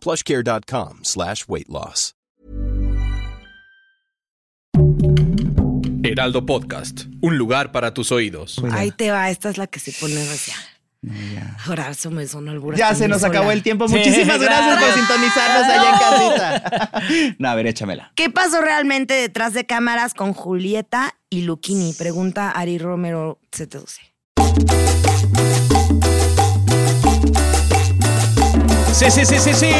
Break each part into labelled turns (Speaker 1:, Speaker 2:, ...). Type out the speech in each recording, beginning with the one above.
Speaker 1: plushcare.com slash weight loss.
Speaker 2: Heraldo Podcast, un lugar para tus oídos.
Speaker 3: Ahí te va, esta es la que se pone ya. Ahora eso me sonó el buracán.
Speaker 4: Ya se
Speaker 3: muy
Speaker 4: nos
Speaker 3: sola.
Speaker 4: acabó el tiempo. Muchísimas
Speaker 5: Sí,
Speaker 4: gracias por
Speaker 5: claro.
Speaker 4: sintonizarnos allá en casita. No, a ver, échamela.
Speaker 3: ¿Qué pasó realmente detrás de cámaras con Julieta y Luquini? Pregunta Ari Romero 712.
Speaker 5: Sí, sí, sí, sí, sí.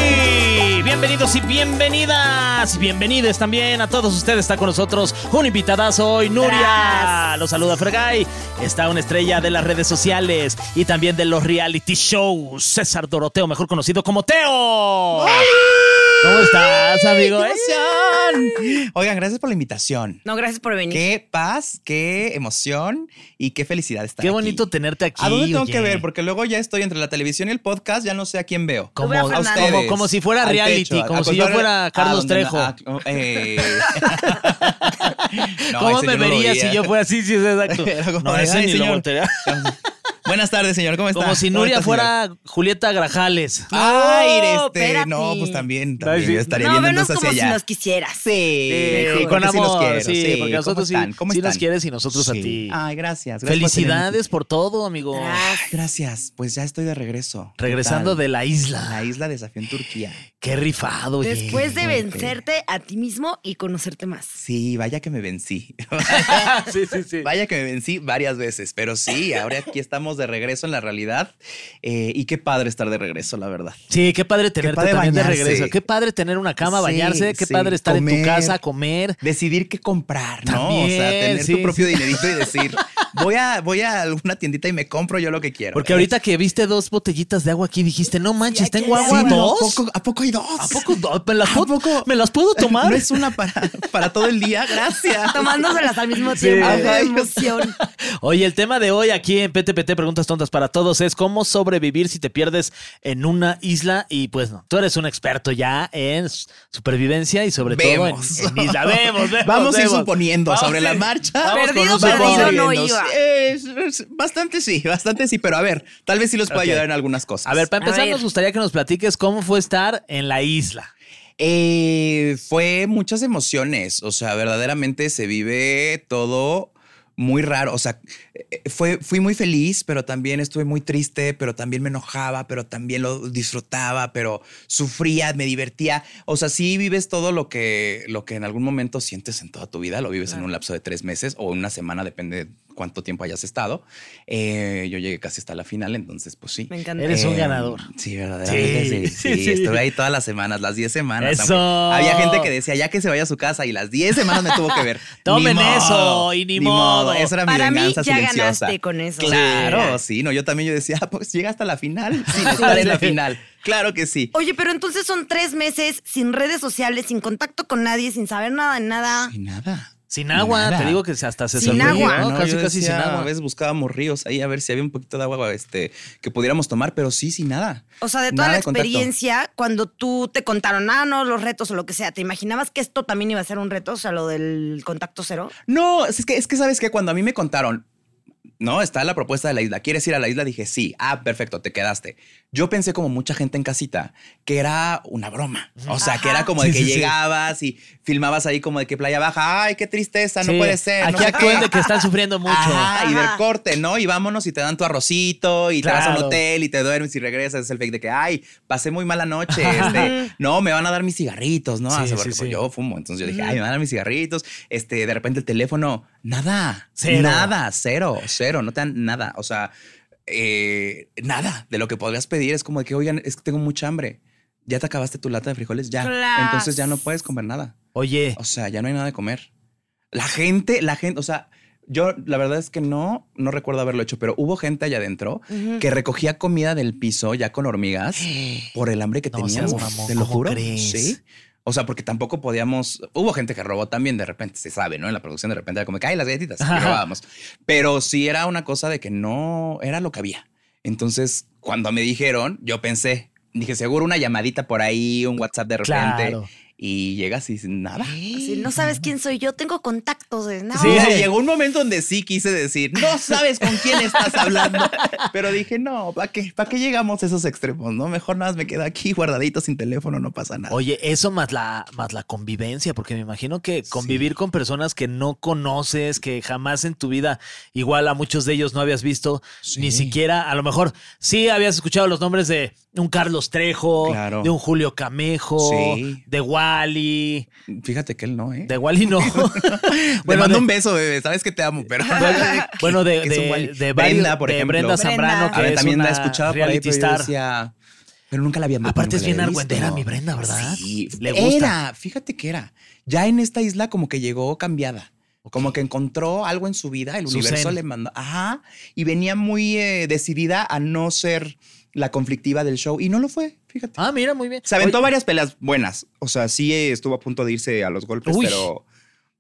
Speaker 5: Bienvenidos y bienvenidas. Y bienvenides también a todos ustedes. Está con nosotros un invitadazo hoy, Nuria.
Speaker 3: Tras.
Speaker 5: Los saluda Fergay. Está una estrella de las redes sociales y también de los reality shows. César Doroteo, mejor conocido como Teo. ¿Cómo estás, amigo? ah,
Speaker 4: ¡Qué emoción! Oigan, gracias por la invitación.
Speaker 3: No, gracias por venir.
Speaker 4: Qué paz, qué emoción y qué felicidad estar
Speaker 5: Qué
Speaker 4: aquí.
Speaker 5: bonito tenerte aquí.
Speaker 4: ¿A dónde tengo
Speaker 5: oye.
Speaker 4: que ver? Porque luego ya estoy entre la televisión y el podcast, ya no sé a quién veo.
Speaker 3: Yo veo a
Speaker 5: Como,
Speaker 4: A
Speaker 3: Fernando.
Speaker 4: ustedes.
Speaker 5: como, como si fuera
Speaker 4: Al
Speaker 5: reality,
Speaker 4: techo, a-
Speaker 5: como
Speaker 4: a
Speaker 5: si yo
Speaker 4: contar-
Speaker 5: fuera
Speaker 4: a
Speaker 5: Carlos
Speaker 4: donde-
Speaker 5: Trejo.
Speaker 4: a- oh, eh. No,
Speaker 5: ¿Cómo
Speaker 4: ese
Speaker 5: me
Speaker 4: yo no lo
Speaker 5: vería
Speaker 4: veía.
Speaker 5: si yo fuera así? Sí, sí, exacto.
Speaker 4: Era como,
Speaker 5: No, ese
Speaker 4: "Ay,
Speaker 5: ni
Speaker 4: señor".
Speaker 5: lo voltearía.
Speaker 4: Buenas tardes, señor. ¿Cómo está?
Speaker 5: Como si
Speaker 4: ¿Cómo
Speaker 5: Nuria
Speaker 4: está, señor?
Speaker 5: fuera Julieta Grajales.
Speaker 4: Ay,
Speaker 3: No,
Speaker 4: este,
Speaker 3: espérate.
Speaker 4: no, pues también,
Speaker 5: Ay,
Speaker 4: también
Speaker 5: sí.
Speaker 4: yo estaría
Speaker 3: no,
Speaker 4: viendo
Speaker 3: venos
Speaker 4: entonces
Speaker 3: como
Speaker 4: hacia
Speaker 3: si
Speaker 4: allá.
Speaker 3: nos quisieras.
Speaker 4: Sí,
Speaker 5: Sí,
Speaker 4: porque
Speaker 5: con
Speaker 4: sí los
Speaker 5: amor,
Speaker 4: quiero,
Speaker 5: sí, porque
Speaker 4: ¿cómo
Speaker 5: nosotros sí-
Speaker 4: están? ¿Cómo
Speaker 5: sí nos
Speaker 4: están?
Speaker 5: quieres y nosotros a ti.
Speaker 4: Ay, gracias. gracias por tenerme
Speaker 5: Felicidades
Speaker 4: aquí.
Speaker 5: por todo, amigo.
Speaker 3: Gracias.
Speaker 4: Gracias, pues ya estoy de regreso. ¿Qué
Speaker 5: Regresando
Speaker 4: tal?
Speaker 5: de la
Speaker 4: la
Speaker 5: isla.
Speaker 4: isla Desafío en Turquía.
Speaker 5: Qué rifado, oye.
Speaker 3: Después de vencerte a ti mismo y conocerte más.
Speaker 4: Sí, vaya que me vencí.
Speaker 5: sí, sí, sí.
Speaker 4: Vaya que me vencí varias veces, pero sí, ahora aquí estamos de regreso en la realidad eh, y qué padre estar de regreso, la verdad.
Speaker 5: Sí, qué padre tenerte
Speaker 4: padre
Speaker 5: también
Speaker 4: bañarse.
Speaker 5: de regreso. Qué padre tener una cama,
Speaker 4: Sí,
Speaker 5: bañarse. Qué
Speaker 4: sí,
Speaker 5: padre estar en
Speaker 4: comer.
Speaker 5: tu casa, comer.
Speaker 4: Decidir qué comprar, ¿no? o sea,
Speaker 5: También,
Speaker 4: tener
Speaker 5: sí,
Speaker 4: tu propio
Speaker 5: sí.
Speaker 4: dinerito y decir, voy a, voy a alguna tiendita y me compro yo lo que quiero.
Speaker 5: Porque
Speaker 4: Eh,
Speaker 5: ahorita que viste dos botellitas de agua aquí, dijiste, no manches,
Speaker 3: aquí
Speaker 5: tengo
Speaker 3: hay
Speaker 5: agua
Speaker 3: agua".
Speaker 4: no, ¿a,
Speaker 5: dos. Ah,
Speaker 4: poco, ¿A poco hay dos?
Speaker 5: ¿A poco do- ¿Me las,
Speaker 4: ¿A
Speaker 5: puedo,
Speaker 4: poco?
Speaker 5: ¿Me las puedo tomar?
Speaker 4: No es una para, para todo el día, gracias.
Speaker 3: Tomándoselas al mismo tiempo.
Speaker 4: Ajá,
Speaker 3: Qué
Speaker 4: yo-
Speaker 3: emoción.
Speaker 5: Oye, el tema de hoy aquí en PTPT Preguntas Tontas para Todos es cómo sobrevivir si te pierdes en una isla. Y pues no, tú eres un experto ya en s- supervivencia y sobre
Speaker 4: Vemos.
Speaker 5: todo en, en isla. Vemos, vemos,
Speaker 4: Vamos a ir
Speaker 5: vemos.
Speaker 4: suponiendo
Speaker 5: Vamos
Speaker 4: sobre
Speaker 5: a
Speaker 4: la
Speaker 5: ir-
Speaker 4: marcha.
Speaker 5: vamos con
Speaker 3: Perdido,
Speaker 5: un suponiendo.
Speaker 3: perdido, no
Speaker 4: Vamos
Speaker 3: iba.
Speaker 4: viendo. Eh, es- es- bastante sí, bastante sí, pero a ver, tal vez sí los pueda
Speaker 5: Ok.
Speaker 4: ayudar en algunas cosas.
Speaker 5: A ver, para
Speaker 3: A
Speaker 5: empezar,
Speaker 3: ver.
Speaker 5: nos gustaría que nos platiques cómo fue estar en la isla.
Speaker 4: Eh, fue muchas emociones, o sea, verdaderamente se vive todo muy raro, o sea, eh, fue, fui muy feliz, pero también estuve muy triste, pero también me enojaba, pero también lo disfrutaba, pero sufría, me divertía, o sea, sí vives todo lo que, lo que en algún momento sientes en toda tu vida, lo vives en un lapso de tres meses o una semana, depende de cuánto tiempo hayas estado. Eh, yo llegué casi hasta la final, entonces pues sí.
Speaker 3: Me encanta.
Speaker 5: Eres un
Speaker 4: Eh,
Speaker 5: ganador.
Speaker 4: Sí, verdaderamente. Sí,
Speaker 5: Sí, sí,
Speaker 4: sí,
Speaker 5: sí.
Speaker 4: Estuve ahí todas las semanas, las 10 semanas.
Speaker 5: Eso.
Speaker 4: aunque Ah, Había gente que decía ya que se vaya a su casa y las 10 semanas me tuvo que ver. Ni
Speaker 5: Tomen
Speaker 4: modo,
Speaker 5: eso, y ni modo.
Speaker 4: Esa era mi
Speaker 3: Para mí,
Speaker 4: venganza
Speaker 3: ya
Speaker 4: silenciosa.
Speaker 3: ganaste con eso.
Speaker 4: Claro, sí, no, yo también yo decía, ah, pues llega hasta la final. Sí, estar en la final. Claro que sí.
Speaker 3: Oye, pero entonces son tres meses sin redes sociales, sin contacto con nadie, sin saber nada de nada.
Speaker 4: Y nada.
Speaker 5: Sin agua,
Speaker 4: Nada.
Speaker 5: te digo que se- hasta se
Speaker 3: Sin
Speaker 5: sorprendió,
Speaker 3: agua.
Speaker 5: ¿no?
Speaker 4: No,
Speaker 5: casi,
Speaker 4: yo
Speaker 5: casi sin
Speaker 4: decía,
Speaker 5: agua.
Speaker 4: A veces buscábamos ríos ahí a ver si había un poquito de agua este, que pudiéramos tomar, pero sí, sin nada.
Speaker 3: O sea, de toda
Speaker 4: Nada
Speaker 3: la
Speaker 4: contacto.
Speaker 3: experiencia, cuando tú te contaron, ah, no, los retos o lo que sea, ¿te imaginabas que esto también iba a ser un reto? O sea, lo del contacto cero.
Speaker 4: No, es que, es que sabes que cuando a mí me contaron, no, está la propuesta de la isla, ¿quieres ir a la isla? Dije, sí, ah, perfecto, te quedaste. Yo pensé como mucha gente en casita, que era una broma. O sea, que era como de
Speaker 5: Sí,
Speaker 4: que
Speaker 5: sí, sí.
Speaker 4: llegabas y filmabas ahí como de que playa baja, ay, qué tristeza,
Speaker 5: Sí.
Speaker 4: no puede ser. no
Speaker 5: Aquí
Speaker 4: sé
Speaker 5: actúen
Speaker 4: qué".
Speaker 5: de que están sufriendo mucho.
Speaker 4: Ajá, y del
Speaker 3: Ajá.
Speaker 4: corte, ¿no? Y vámonos y te dan tu arrocito y te vas a
Speaker 5: Claro.
Speaker 4: un hotel y te duermes y regresas. Es el fake de que, ay, pasé muy mala noche. este, no, me van a dar mis cigarritos, ¿no?
Speaker 5: Sí,
Speaker 4: O sea,
Speaker 5: sí,
Speaker 4: porque, pues,
Speaker 5: sí.
Speaker 4: yo fumo. Entonces yo dije, ay, me van a dar mis cigarritos. Este, de repente el teléfono, nada.
Speaker 5: Cero.
Speaker 4: Nada, cero, cero. No te dan nada. O sea, eh, nada de lo que podrías pedir. Es como de que, oigan, es que tengo mucha hambre. Ya te acabaste tu lata de frijoles, ya.
Speaker 3: Clas.
Speaker 4: Entonces ya no puedes comer nada.
Speaker 5: Oye,
Speaker 4: O sea, ya no hay nada de comer. La gente, la gente, o sea, yo la verdad es que no, no recuerdo haberlo hecho, pero hubo gente allá adentro
Speaker 3: Mm.
Speaker 4: que recogía comida del piso ya con hormigas por el hambre que
Speaker 5: No
Speaker 4: tenían.
Speaker 5: seas mamón,
Speaker 4: Te lo
Speaker 5: ¿cómo
Speaker 4: juro.
Speaker 5: crees?
Speaker 4: Sí. O sea, porque tampoco podíamos. Hubo gente que robó también de repente, se sabe, ¿no? En la producción de repente era como, ¡ay, las galletitas! Y
Speaker 5: Ajá.
Speaker 4: robábamos. Pero sí era una cosa de que no era lo que había. Entonces, cuando me dijeron, yo pensé, dije, seguro una llamadita por ahí, un WhatsApp de repente.
Speaker 5: Claro.
Speaker 4: Y llegas y nada.
Speaker 3: Así, no sabes quién soy yo, tengo contactos. de- no.
Speaker 5: Sí.
Speaker 4: O sea, llegó un momento donde sí quise decir, no sabes con quién estás hablando. Pero dije, no, ¿para qué, ¿para qué llegamos a esos extremos? No, mejor nada más me quedo aquí guardadito sin teléfono, no pasa nada.
Speaker 5: Oye, eso más la, más la convivencia, porque me imagino que convivir con personas que no conoces, que jamás en tu vida, igual a muchos de ellos no habías visto, ni
Speaker 4: Sí.
Speaker 5: siquiera, a lo mejor sí habías escuchado los nombres de un Carlos Trejo,
Speaker 4: Claro.
Speaker 5: de un Julio Camejo,
Speaker 4: Sí.
Speaker 5: de Wally,
Speaker 4: Fíjate que él no, ¿eh?
Speaker 5: de Wally no.
Speaker 4: Te
Speaker 5: bueno,
Speaker 4: mando
Speaker 5: de-
Speaker 4: un beso, bebé. Sabes que te amo, pero.
Speaker 5: Bueno, de,
Speaker 4: Que es un
Speaker 5: de,
Speaker 4: Wally.
Speaker 5: de varios-
Speaker 4: Brenda, por
Speaker 5: de
Speaker 4: ejemplo.
Speaker 5: Brenda Zambrano,
Speaker 3: Brenda.
Speaker 5: que
Speaker 4: A ver,
Speaker 5: es
Speaker 4: también la
Speaker 5: una
Speaker 4: escuchaba por ahí,
Speaker 5: reality
Speaker 4: pero yo
Speaker 5: star.
Speaker 4: decía, pero nunca la había nunca
Speaker 5: Aparte es
Speaker 4: la
Speaker 5: bien
Speaker 4: había visto.
Speaker 5: argüendera mi Brenda, ¿verdad?
Speaker 4: Sí,
Speaker 5: Le
Speaker 4: le
Speaker 5: gusta.
Speaker 4: Era, fíjate que era. Ya en esta isla como que llegó cambiada. Como que encontró algo en su vida, el
Speaker 5: Su
Speaker 4: universo
Speaker 5: zen.
Speaker 4: le mandó. Ajá. Y venía muy eh, decidida a no ser la conflictiva del show. Y no lo fue, fíjate.
Speaker 5: Ah, mira, muy bien.
Speaker 4: Se aventó
Speaker 5: Oye,
Speaker 4: varias peleas buenas. O sea, sí eh, estuvo a punto de irse a los golpes,
Speaker 5: Uy.
Speaker 4: pero.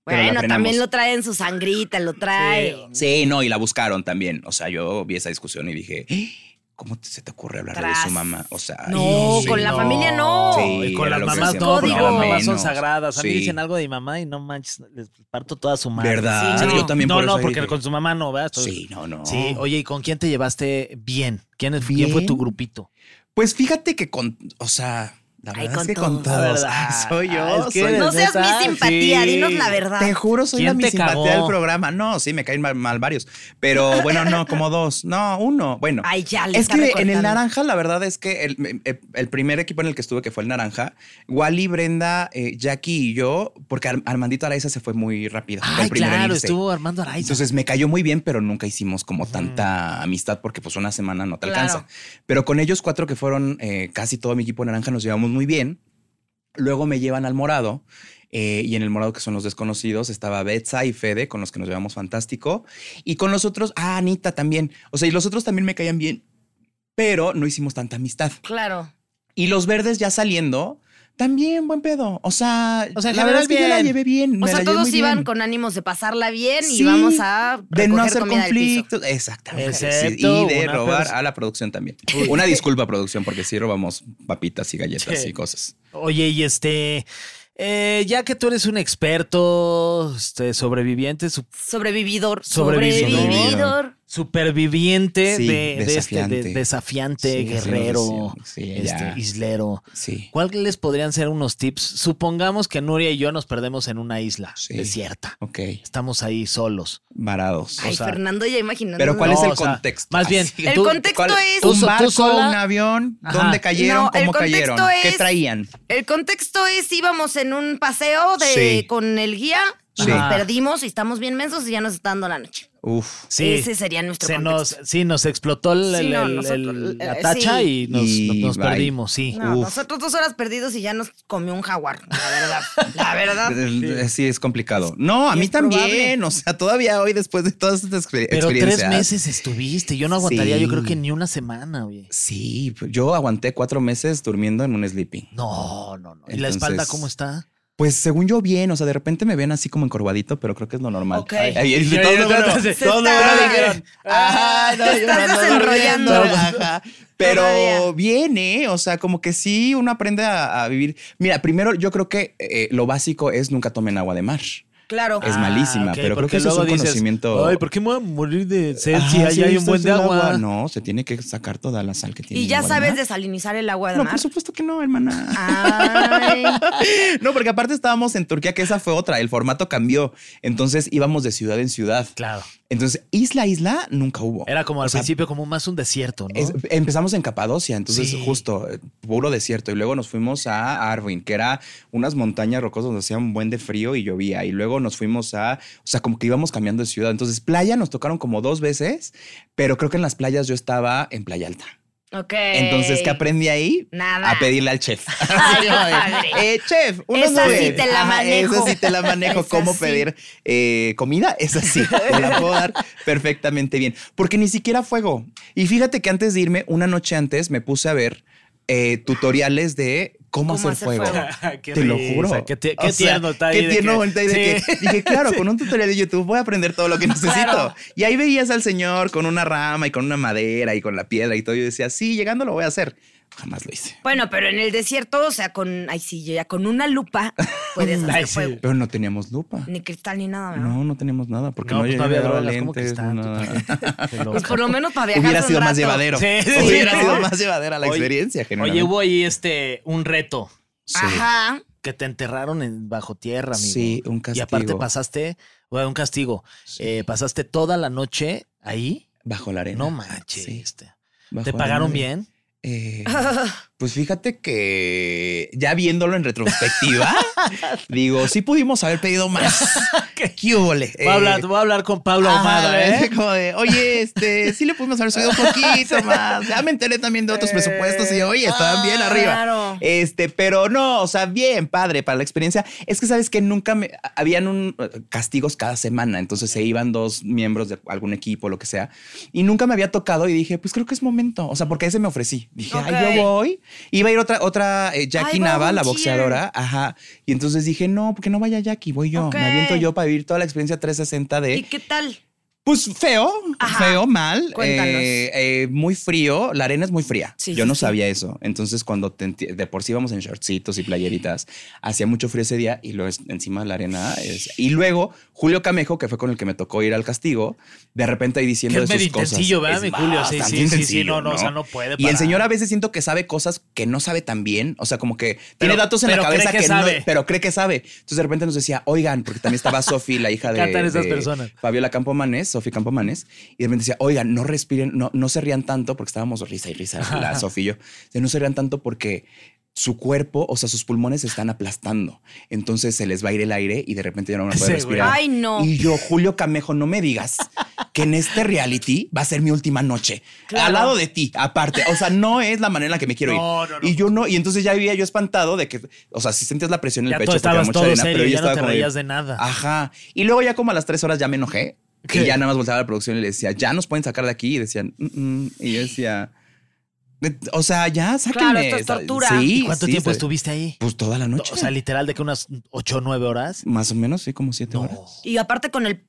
Speaker 4: pero la
Speaker 3: Bueno,
Speaker 4: frenamos.
Speaker 3: también lo trae en su sangrita, lo trae.
Speaker 4: Sí, no, y la buscaron también. O sea, yo vi esa discusión y dije, "Eh, ¿cómo te- se te ocurre hablar de
Speaker 3: Tras.
Speaker 4: su mamá? O sea,
Speaker 3: No,
Speaker 4: sí,
Speaker 3: con la familia no.
Speaker 4: Sí,
Speaker 5: Y con
Speaker 4: era
Speaker 5: las
Speaker 4: lo que
Speaker 5: mamás
Speaker 4: decíamos,
Speaker 5: no, porque
Speaker 3: Código.
Speaker 5: las mamás son
Speaker 4: menos.
Speaker 5: sagradas. A mí
Speaker 4: Sí.
Speaker 5: dicen algo de mi mamá y no manches, les parto toda su madre.
Speaker 4: ¿Verdad?
Speaker 3: Sí, no.
Speaker 4: Yo también
Speaker 5: no,
Speaker 4: por
Speaker 5: no,
Speaker 4: eso ahí
Speaker 5: porque
Speaker 4: dije,
Speaker 5: con su mamá no, ¿verdad? Estoy-
Speaker 4: Sí, no, no.
Speaker 5: Sí, oye, ¿y con quién te llevaste bien? ¿Quién, es- quién fue
Speaker 4: Bien.
Speaker 5: tu grupito?
Speaker 4: Pues fíjate que con, o sea, la
Speaker 3: Ay,
Speaker 4: verdad
Speaker 3: con
Speaker 4: es que con
Speaker 3: todos.
Speaker 4: todos.
Speaker 5: ¿Verdad?
Speaker 4: Ay, soy yo.
Speaker 5: Ah, es que
Speaker 4: soy-
Speaker 5: eres
Speaker 3: No seas
Speaker 5: neta,
Speaker 3: mi simpatía,
Speaker 5: sí.
Speaker 3: dinos la verdad.
Speaker 4: Te juro, soy la
Speaker 5: ¿Quién te
Speaker 4: mi simpatía
Speaker 5: cagó?
Speaker 4: del programa. No, sí, me caen mal, mal varios. Pero bueno, no, como dos. No, uno. Bueno.
Speaker 3: Ay, ya le
Speaker 4: Es
Speaker 3: está
Speaker 4: que en
Speaker 3: recortando.
Speaker 4: el naranja, la verdad es que el, em, eh, el primer equipo en el que estuve, que fue el naranja, Wally, Brenda, eh, Jackie y yo, porque Ar- Armandito Araiza se fue muy rápido. fue
Speaker 5: Ay,
Speaker 4: el primero en
Speaker 5: claro,
Speaker 4: irse.
Speaker 5: estuvo Armando Araiza.
Speaker 4: Entonces me cayó muy bien, pero nunca hicimos como tanta amistad porque pues una semana no te
Speaker 3: Claro.
Speaker 4: alcanza. Pero con ellos cuatro que fueron eh, casi todo mi equipo naranja nos llevamos muy bien. Luego me llevan al morado eh, y en el morado que son los desconocidos estaba Betsa y Fede con los que nos llevamos fantástico. Y con los otros, ah, Anita también. O sea, y los otros también me caían bien, pero no hicimos tanta amistad.
Speaker 3: Claro.
Speaker 4: Y los verdes ya saliendo, también buen pedo. O sea,
Speaker 5: O sea, en
Speaker 4: la verdad
Speaker 5: general
Speaker 4: es que yo la
Speaker 5: bien.
Speaker 4: llevé bien.
Speaker 3: O
Speaker 4: me
Speaker 3: sea,
Speaker 4: la llevé
Speaker 3: todos
Speaker 4: muy
Speaker 3: iban
Speaker 4: bien.
Speaker 3: con ánimos de pasarla bien y
Speaker 4: Sí,
Speaker 3: vamos a
Speaker 4: De no
Speaker 3: recoger
Speaker 4: hacer
Speaker 3: comida del piso.
Speaker 4: conflictos. Exactamente. sí,
Speaker 5: Excepto
Speaker 4: y de
Speaker 5: una
Speaker 4: robar
Speaker 5: persona.
Speaker 4: a la producción también. Una disculpa, producción, porque sí robamos papitas y galletas
Speaker 5: Sí.
Speaker 4: y cosas.
Speaker 5: Oye, y este, eh, ya que tú eres un experto este, sobreviviente, su-
Speaker 3: Sobrevividor.
Speaker 5: Sobrevividor.
Speaker 3: Sobrevividor.
Speaker 5: superviviente
Speaker 4: Sí,
Speaker 5: de, de este de-
Speaker 4: desafiante.
Speaker 5: desafiante,
Speaker 4: Sí, así nos
Speaker 5: guerrero,
Speaker 4: decían. Sí,
Speaker 5: este,
Speaker 4: ya.
Speaker 5: islero.
Speaker 4: Sí.
Speaker 5: ¿Cuáles podrían ser unos tips? Supongamos que Nuria y yo nos perdemos en una isla
Speaker 4: Sí.
Speaker 5: desierta.
Speaker 4: Ok.
Speaker 5: Estamos ahí solos.
Speaker 4: varados.
Speaker 3: Ay,
Speaker 5: O sea,
Speaker 3: Fernando, ya imaginando.
Speaker 4: Pero ¿cuál
Speaker 5: No,
Speaker 4: es el
Speaker 5: o sea,
Speaker 4: contexto?
Speaker 5: más bien,
Speaker 4: Así.
Speaker 3: El
Speaker 5: tú-
Speaker 3: contexto
Speaker 4: ¿Cuál-
Speaker 3: es.
Speaker 5: tú
Speaker 4: ¿Un
Speaker 5: so-
Speaker 4: barco,
Speaker 5: sola?
Speaker 4: un avión?
Speaker 5: Ajá.
Speaker 4: ¿Dónde cayeron?
Speaker 3: No, el
Speaker 4: ¿Cómo cayeron?
Speaker 3: contexto
Speaker 4: ¿Qué
Speaker 3: es-
Speaker 4: traían?
Speaker 3: El contexto es íbamos en un paseo de
Speaker 4: Sí.
Speaker 3: con el guía, y
Speaker 4: Sí. Ah.
Speaker 3: nos perdimos y estamos bien mensos y ya nos está dando la noche.
Speaker 4: Uf.
Speaker 5: Sí.
Speaker 3: Ese sería nuestro
Speaker 5: Se nos,
Speaker 3: contexto.
Speaker 5: sí, nos explotó el-
Speaker 3: Sí,
Speaker 5: el-
Speaker 3: no,
Speaker 5: el-
Speaker 3: nosotros,
Speaker 5: el-
Speaker 3: eh,
Speaker 5: la tacha
Speaker 3: sí.
Speaker 5: y nos,
Speaker 4: Y
Speaker 5: nos
Speaker 4: bye. Uh,
Speaker 5: perdimos, sí.
Speaker 3: No,
Speaker 4: Uf.
Speaker 3: nosotros dos horas perdidos y ya nos comió un jaguar, la verdad. La verdad.
Speaker 5: Ah,
Speaker 4: Sí. es complicado. No, a
Speaker 3: Y
Speaker 4: mí
Speaker 3: es probable.
Speaker 4: también. O sea, todavía hoy, después de todas estas exper-
Speaker 5: Pero
Speaker 4: experiencias.
Speaker 5: tres meses estuviste. Yo no aguantaría, yo creo que ni una semana, oye.
Speaker 4: Sí, yo aguanté cuatro meses durmiendo en un sleeping.
Speaker 5: No, no, no. ¿Y la espalda
Speaker 4: Entonces-
Speaker 5: cómo está?
Speaker 4: Pues según yo bien, o sea, de repente me ven así como encorvadito, pero creo que es lo normal.
Speaker 3: Ok.
Speaker 4: Ay, ay, ay,
Speaker 5: Y
Speaker 4: todos
Speaker 5: ahorita
Speaker 4: luego-
Speaker 5: se-
Speaker 4: todos
Speaker 3: se
Speaker 4: luego
Speaker 3: está-
Speaker 4: dijeron, "Ah, no,
Speaker 3: te
Speaker 4: yo no
Speaker 3: estás
Speaker 4: ando
Speaker 3: desenrollando".
Speaker 4: durmiendo". Ajá.
Speaker 3: Todavía.
Speaker 4: Pero bien, ¿eh? O sea, como que sí, uno aprende a, a vivir. Mira, primero yo creo que eh, lo básico es nunca tomen agua de mar.
Speaker 3: Claro.
Speaker 4: Es malísima,
Speaker 5: Ah, ok,
Speaker 4: pero creo
Speaker 5: porque
Speaker 4: que eso es
Speaker 5: luego
Speaker 4: un conocimiento-
Speaker 5: Ay, ¿por qué me voy a morir de sed
Speaker 4: Ajá,
Speaker 5: si ahí
Speaker 4: sí,
Speaker 5: hay un
Speaker 4: esto
Speaker 5: buen
Speaker 4: es
Speaker 5: de
Speaker 4: el
Speaker 5: agua?
Speaker 4: No, se tiene que sacar toda la sal que tiene.
Speaker 3: Y
Speaker 4: el
Speaker 3: ya
Speaker 4: agua de
Speaker 3: sabes
Speaker 4: mar.
Speaker 3: desalinizar el agua de
Speaker 4: No,
Speaker 3: mar.
Speaker 4: por supuesto que no, hermana.
Speaker 3: Ay.
Speaker 4: No, porque aparte estábamos en Turquía, que esa fue otra, el formato cambió. Entonces íbamos de ciudad en ciudad.
Speaker 5: Claro.
Speaker 4: Entonces, isla a isla nunca hubo.
Speaker 5: Era como al
Speaker 4: O sea,
Speaker 5: principio, como más un desierto, ¿no?
Speaker 4: es- empezamos en Capadocia, entonces
Speaker 5: Sí.
Speaker 4: justo, eh, puro desierto. Y luego nos fuimos a Arwin, que era unas montañas rocosas donde hacía un buen de frío y llovía. Y luego nos fuimos a, o sea, como que íbamos cambiando de ciudad. Entonces, playa nos tocaron como dos veces, pero creo que en las playas yo estaba en Playa Alta.
Speaker 3: Ok.
Speaker 4: Entonces, ¿qué aprendí ahí?
Speaker 3: Nada.
Speaker 4: A pedirle al chef.
Speaker 3: Ay, padre.
Speaker 4: Eh, chef, unos
Speaker 3: Esa
Speaker 4: nueve.
Speaker 3: sí te la
Speaker 4: Ajá,
Speaker 3: manejo.
Speaker 4: Esa sí te la manejo.
Speaker 3: Esa
Speaker 4: ¿Cómo
Speaker 3: sí.
Speaker 4: pedir eh, comida? Esa sí, te la puedo dar perfectamente bien. Porque ni siquiera fuego. Y fíjate que antes de irme, una noche antes, me puse a ver eh, tutoriales de cómo, hacer, fuego.
Speaker 5: Qué
Speaker 4: Te lo
Speaker 5: risa,
Speaker 4: juro.
Speaker 5: qué tie-
Speaker 4: O
Speaker 5: qué
Speaker 4: sea,
Speaker 5: tierno está ahí
Speaker 4: Qué
Speaker 5: de
Speaker 4: tierno
Speaker 5: que-
Speaker 4: está ahí de
Speaker 5: sí.
Speaker 4: que- Dije, claro, con un tutorial de YouTube voy a aprender todo lo que necesito.
Speaker 3: Claro.
Speaker 4: Y ahí veías al señor con una rama y con una madera y con la piedra y todo. Yo decía, sí, llegando lo voy a hacer. Jamás lo hice.
Speaker 3: Bueno, pero en el desierto, o sea, con. Ay, sí, yo ya con una lupa puedes hacer
Speaker 5: Ay, sí.
Speaker 3: fuego.
Speaker 4: Pero no teníamos lupa.
Speaker 3: Ni cristal ni nada, ¿verdad?
Speaker 4: No, no teníamos nada porque
Speaker 5: No,
Speaker 4: no,
Speaker 5: pues no había
Speaker 4: llevaba
Speaker 5: drogas, ¿cómo que
Speaker 4: lentes,
Speaker 5: está?
Speaker 4: no nada.
Speaker 5: Qué loco.
Speaker 3: Pues por lo menos para viajar.
Speaker 4: Hubiera
Speaker 3: un
Speaker 4: sido más
Speaker 3: rato.
Speaker 4: llevadero.
Speaker 5: Sí, sí,
Speaker 4: Hubiera
Speaker 5: ¿no?
Speaker 4: sido más llevadera la
Speaker 5: Oye,
Speaker 4: experiencia,
Speaker 5: Oye,
Speaker 4: genuinamente.
Speaker 5: hubo ahí este, un reto
Speaker 4: Sí.
Speaker 3: Ajá.
Speaker 5: que te enterraron en bajo tierra, amigo.
Speaker 4: Sí, un
Speaker 5: Y aparte
Speaker 4: castigo.
Speaker 5: pasaste, bueno, un castigo.
Speaker 4: Sí.
Speaker 5: Eh, pasaste toda la noche ahí.
Speaker 4: Bajo la arena.
Speaker 5: No manches.
Speaker 4: Sí,
Speaker 5: este.
Speaker 4: bajo
Speaker 5: ¿Te
Speaker 4: la
Speaker 5: pagaron
Speaker 4: arena.
Speaker 5: bien?
Speaker 4: Eh, pues fíjate que ya viéndolo en retrospectiva, digo, sí pudimos haber pedido más. ¿Qué hubole?
Speaker 5: Voy, a hablar, voy a hablar con Pablo
Speaker 4: ah,
Speaker 5: Ahumada,
Speaker 4: Ajá,
Speaker 5: ¿eh?
Speaker 4: Como de, oye, este, sí le pudimos haber subido un poquito más. Ya me enteré también de otros
Speaker 5: Eh,
Speaker 4: presupuestos y oye, estaban bien arriba.
Speaker 3: Eh, Claro.
Speaker 4: Este, pero no, o sea, bien, padre, para la experiencia. Es que sabes que nunca me habían un eh, castigos cada semana, entonces se iban dos miembros de algún equipo, lo que sea, y nunca me había tocado y dije, pues creo que es momento, o sea, porque ese me ofrecí. Dije, ay, yo
Speaker 3: Ok.
Speaker 4: voy. Iba a ir otra otra eh,
Speaker 3: Ay,
Speaker 4: Jackie
Speaker 3: va a
Speaker 4: Nava, la
Speaker 3: voltear.
Speaker 4: boxeadora, ajá. Y entonces dije, no, porque no vaya Jackie, voy yo,
Speaker 3: Ok.
Speaker 4: me aviento yo para vivir toda la experiencia 360 de
Speaker 3: ¿Y qué tal?
Speaker 4: pues feo,
Speaker 3: Ajá.
Speaker 4: feo, mal,
Speaker 3: Cuéntanos.
Speaker 4: eh, eh, muy frío, la arena es muy fría.
Speaker 3: Sí,
Speaker 4: Yo
Speaker 3: sí,
Speaker 4: no
Speaker 3: sí.
Speaker 4: sabía eso. Entonces cuando te enti- de por sí íbamos en shortcitos y playeritas, hacía mucho frío ese día y luego es- encima la arena es... Y luego Julio Camejo, que fue con el que me tocó ir al castigo, de repente ahí diciendo
Speaker 5: Que es
Speaker 4: de sus
Speaker 5: medio
Speaker 4: cosas.
Speaker 5: intensillo, ¿verdad,
Speaker 4: Es
Speaker 5: mi Julio? Sí,
Speaker 4: bastante
Speaker 5: sí, sí, sí,
Speaker 4: intensillo,
Speaker 5: no, no, o sea, no puede
Speaker 4: Y el
Speaker 5: parar.
Speaker 4: señor a veces siento que sabe cosas que no sabe tan bien, o sea, como que tiene datos en
Speaker 5: pero
Speaker 4: la
Speaker 5: cree
Speaker 4: cabeza
Speaker 5: que
Speaker 4: que, no,
Speaker 5: sabe.
Speaker 4: pero cree que sabe. Entonces de repente nos decía, oigan, porque también estaba Sofi, la hija de,
Speaker 5: encantan esas
Speaker 4: de
Speaker 5: personas.
Speaker 4: Fabiola Campomanes, Sofi Campomanes, y de repente decía, oigan, no respiren, no, no se rían tanto, porque estábamos risa y risa, la Sofi y yo, Dice, no se rían tanto porque su cuerpo, o sea, sus pulmones se están aplastando. Entonces se les va a ir el aire y de repente ya no van a poder
Speaker 5: Sí, güey.
Speaker 4: respirar.
Speaker 3: Ay, no.
Speaker 4: Y yo, Julio Camejo, no me digas que en este reality va a ser mi última noche.
Speaker 3: Claro.
Speaker 4: Al lado de ti, aparte. O sea, no es la manera en la que me quiero
Speaker 5: No,
Speaker 4: ir.
Speaker 5: no, no.
Speaker 4: Y yo no, y entonces ya vivía yo espantado de que, o sea, si sentías la presión en el
Speaker 5: Ya
Speaker 4: pecho
Speaker 5: todo
Speaker 4: porque era
Speaker 5: estabas
Speaker 4: mucha
Speaker 5: todo
Speaker 4: arena,
Speaker 5: serio,
Speaker 4: pero yo
Speaker 5: ya no
Speaker 4: estaba
Speaker 5: te
Speaker 4: como de, "Ah,
Speaker 5: reías de nada.
Speaker 4: Ajá. Y luego ya como a las tres horas ya me enojé.
Speaker 5: ¿Qué?
Speaker 4: Y ya nada más volteaba a la producción y le decía, ya nos pueden sacar de aquí. Y decían, "Mm, mm". y yo decía, o sea, ya sáquenme.
Speaker 3: Claro, esto es tortura.
Speaker 4: Sí,
Speaker 5: ¿Y cuánto
Speaker 4: sí,
Speaker 5: tiempo
Speaker 4: sí.
Speaker 5: estuviste ahí?
Speaker 4: Pues toda la noche.
Speaker 5: O sea, literal de que unas 8 o 9 horas.
Speaker 4: más o menos, sí, como siete
Speaker 5: No.
Speaker 4: horas.
Speaker 3: Y aparte con el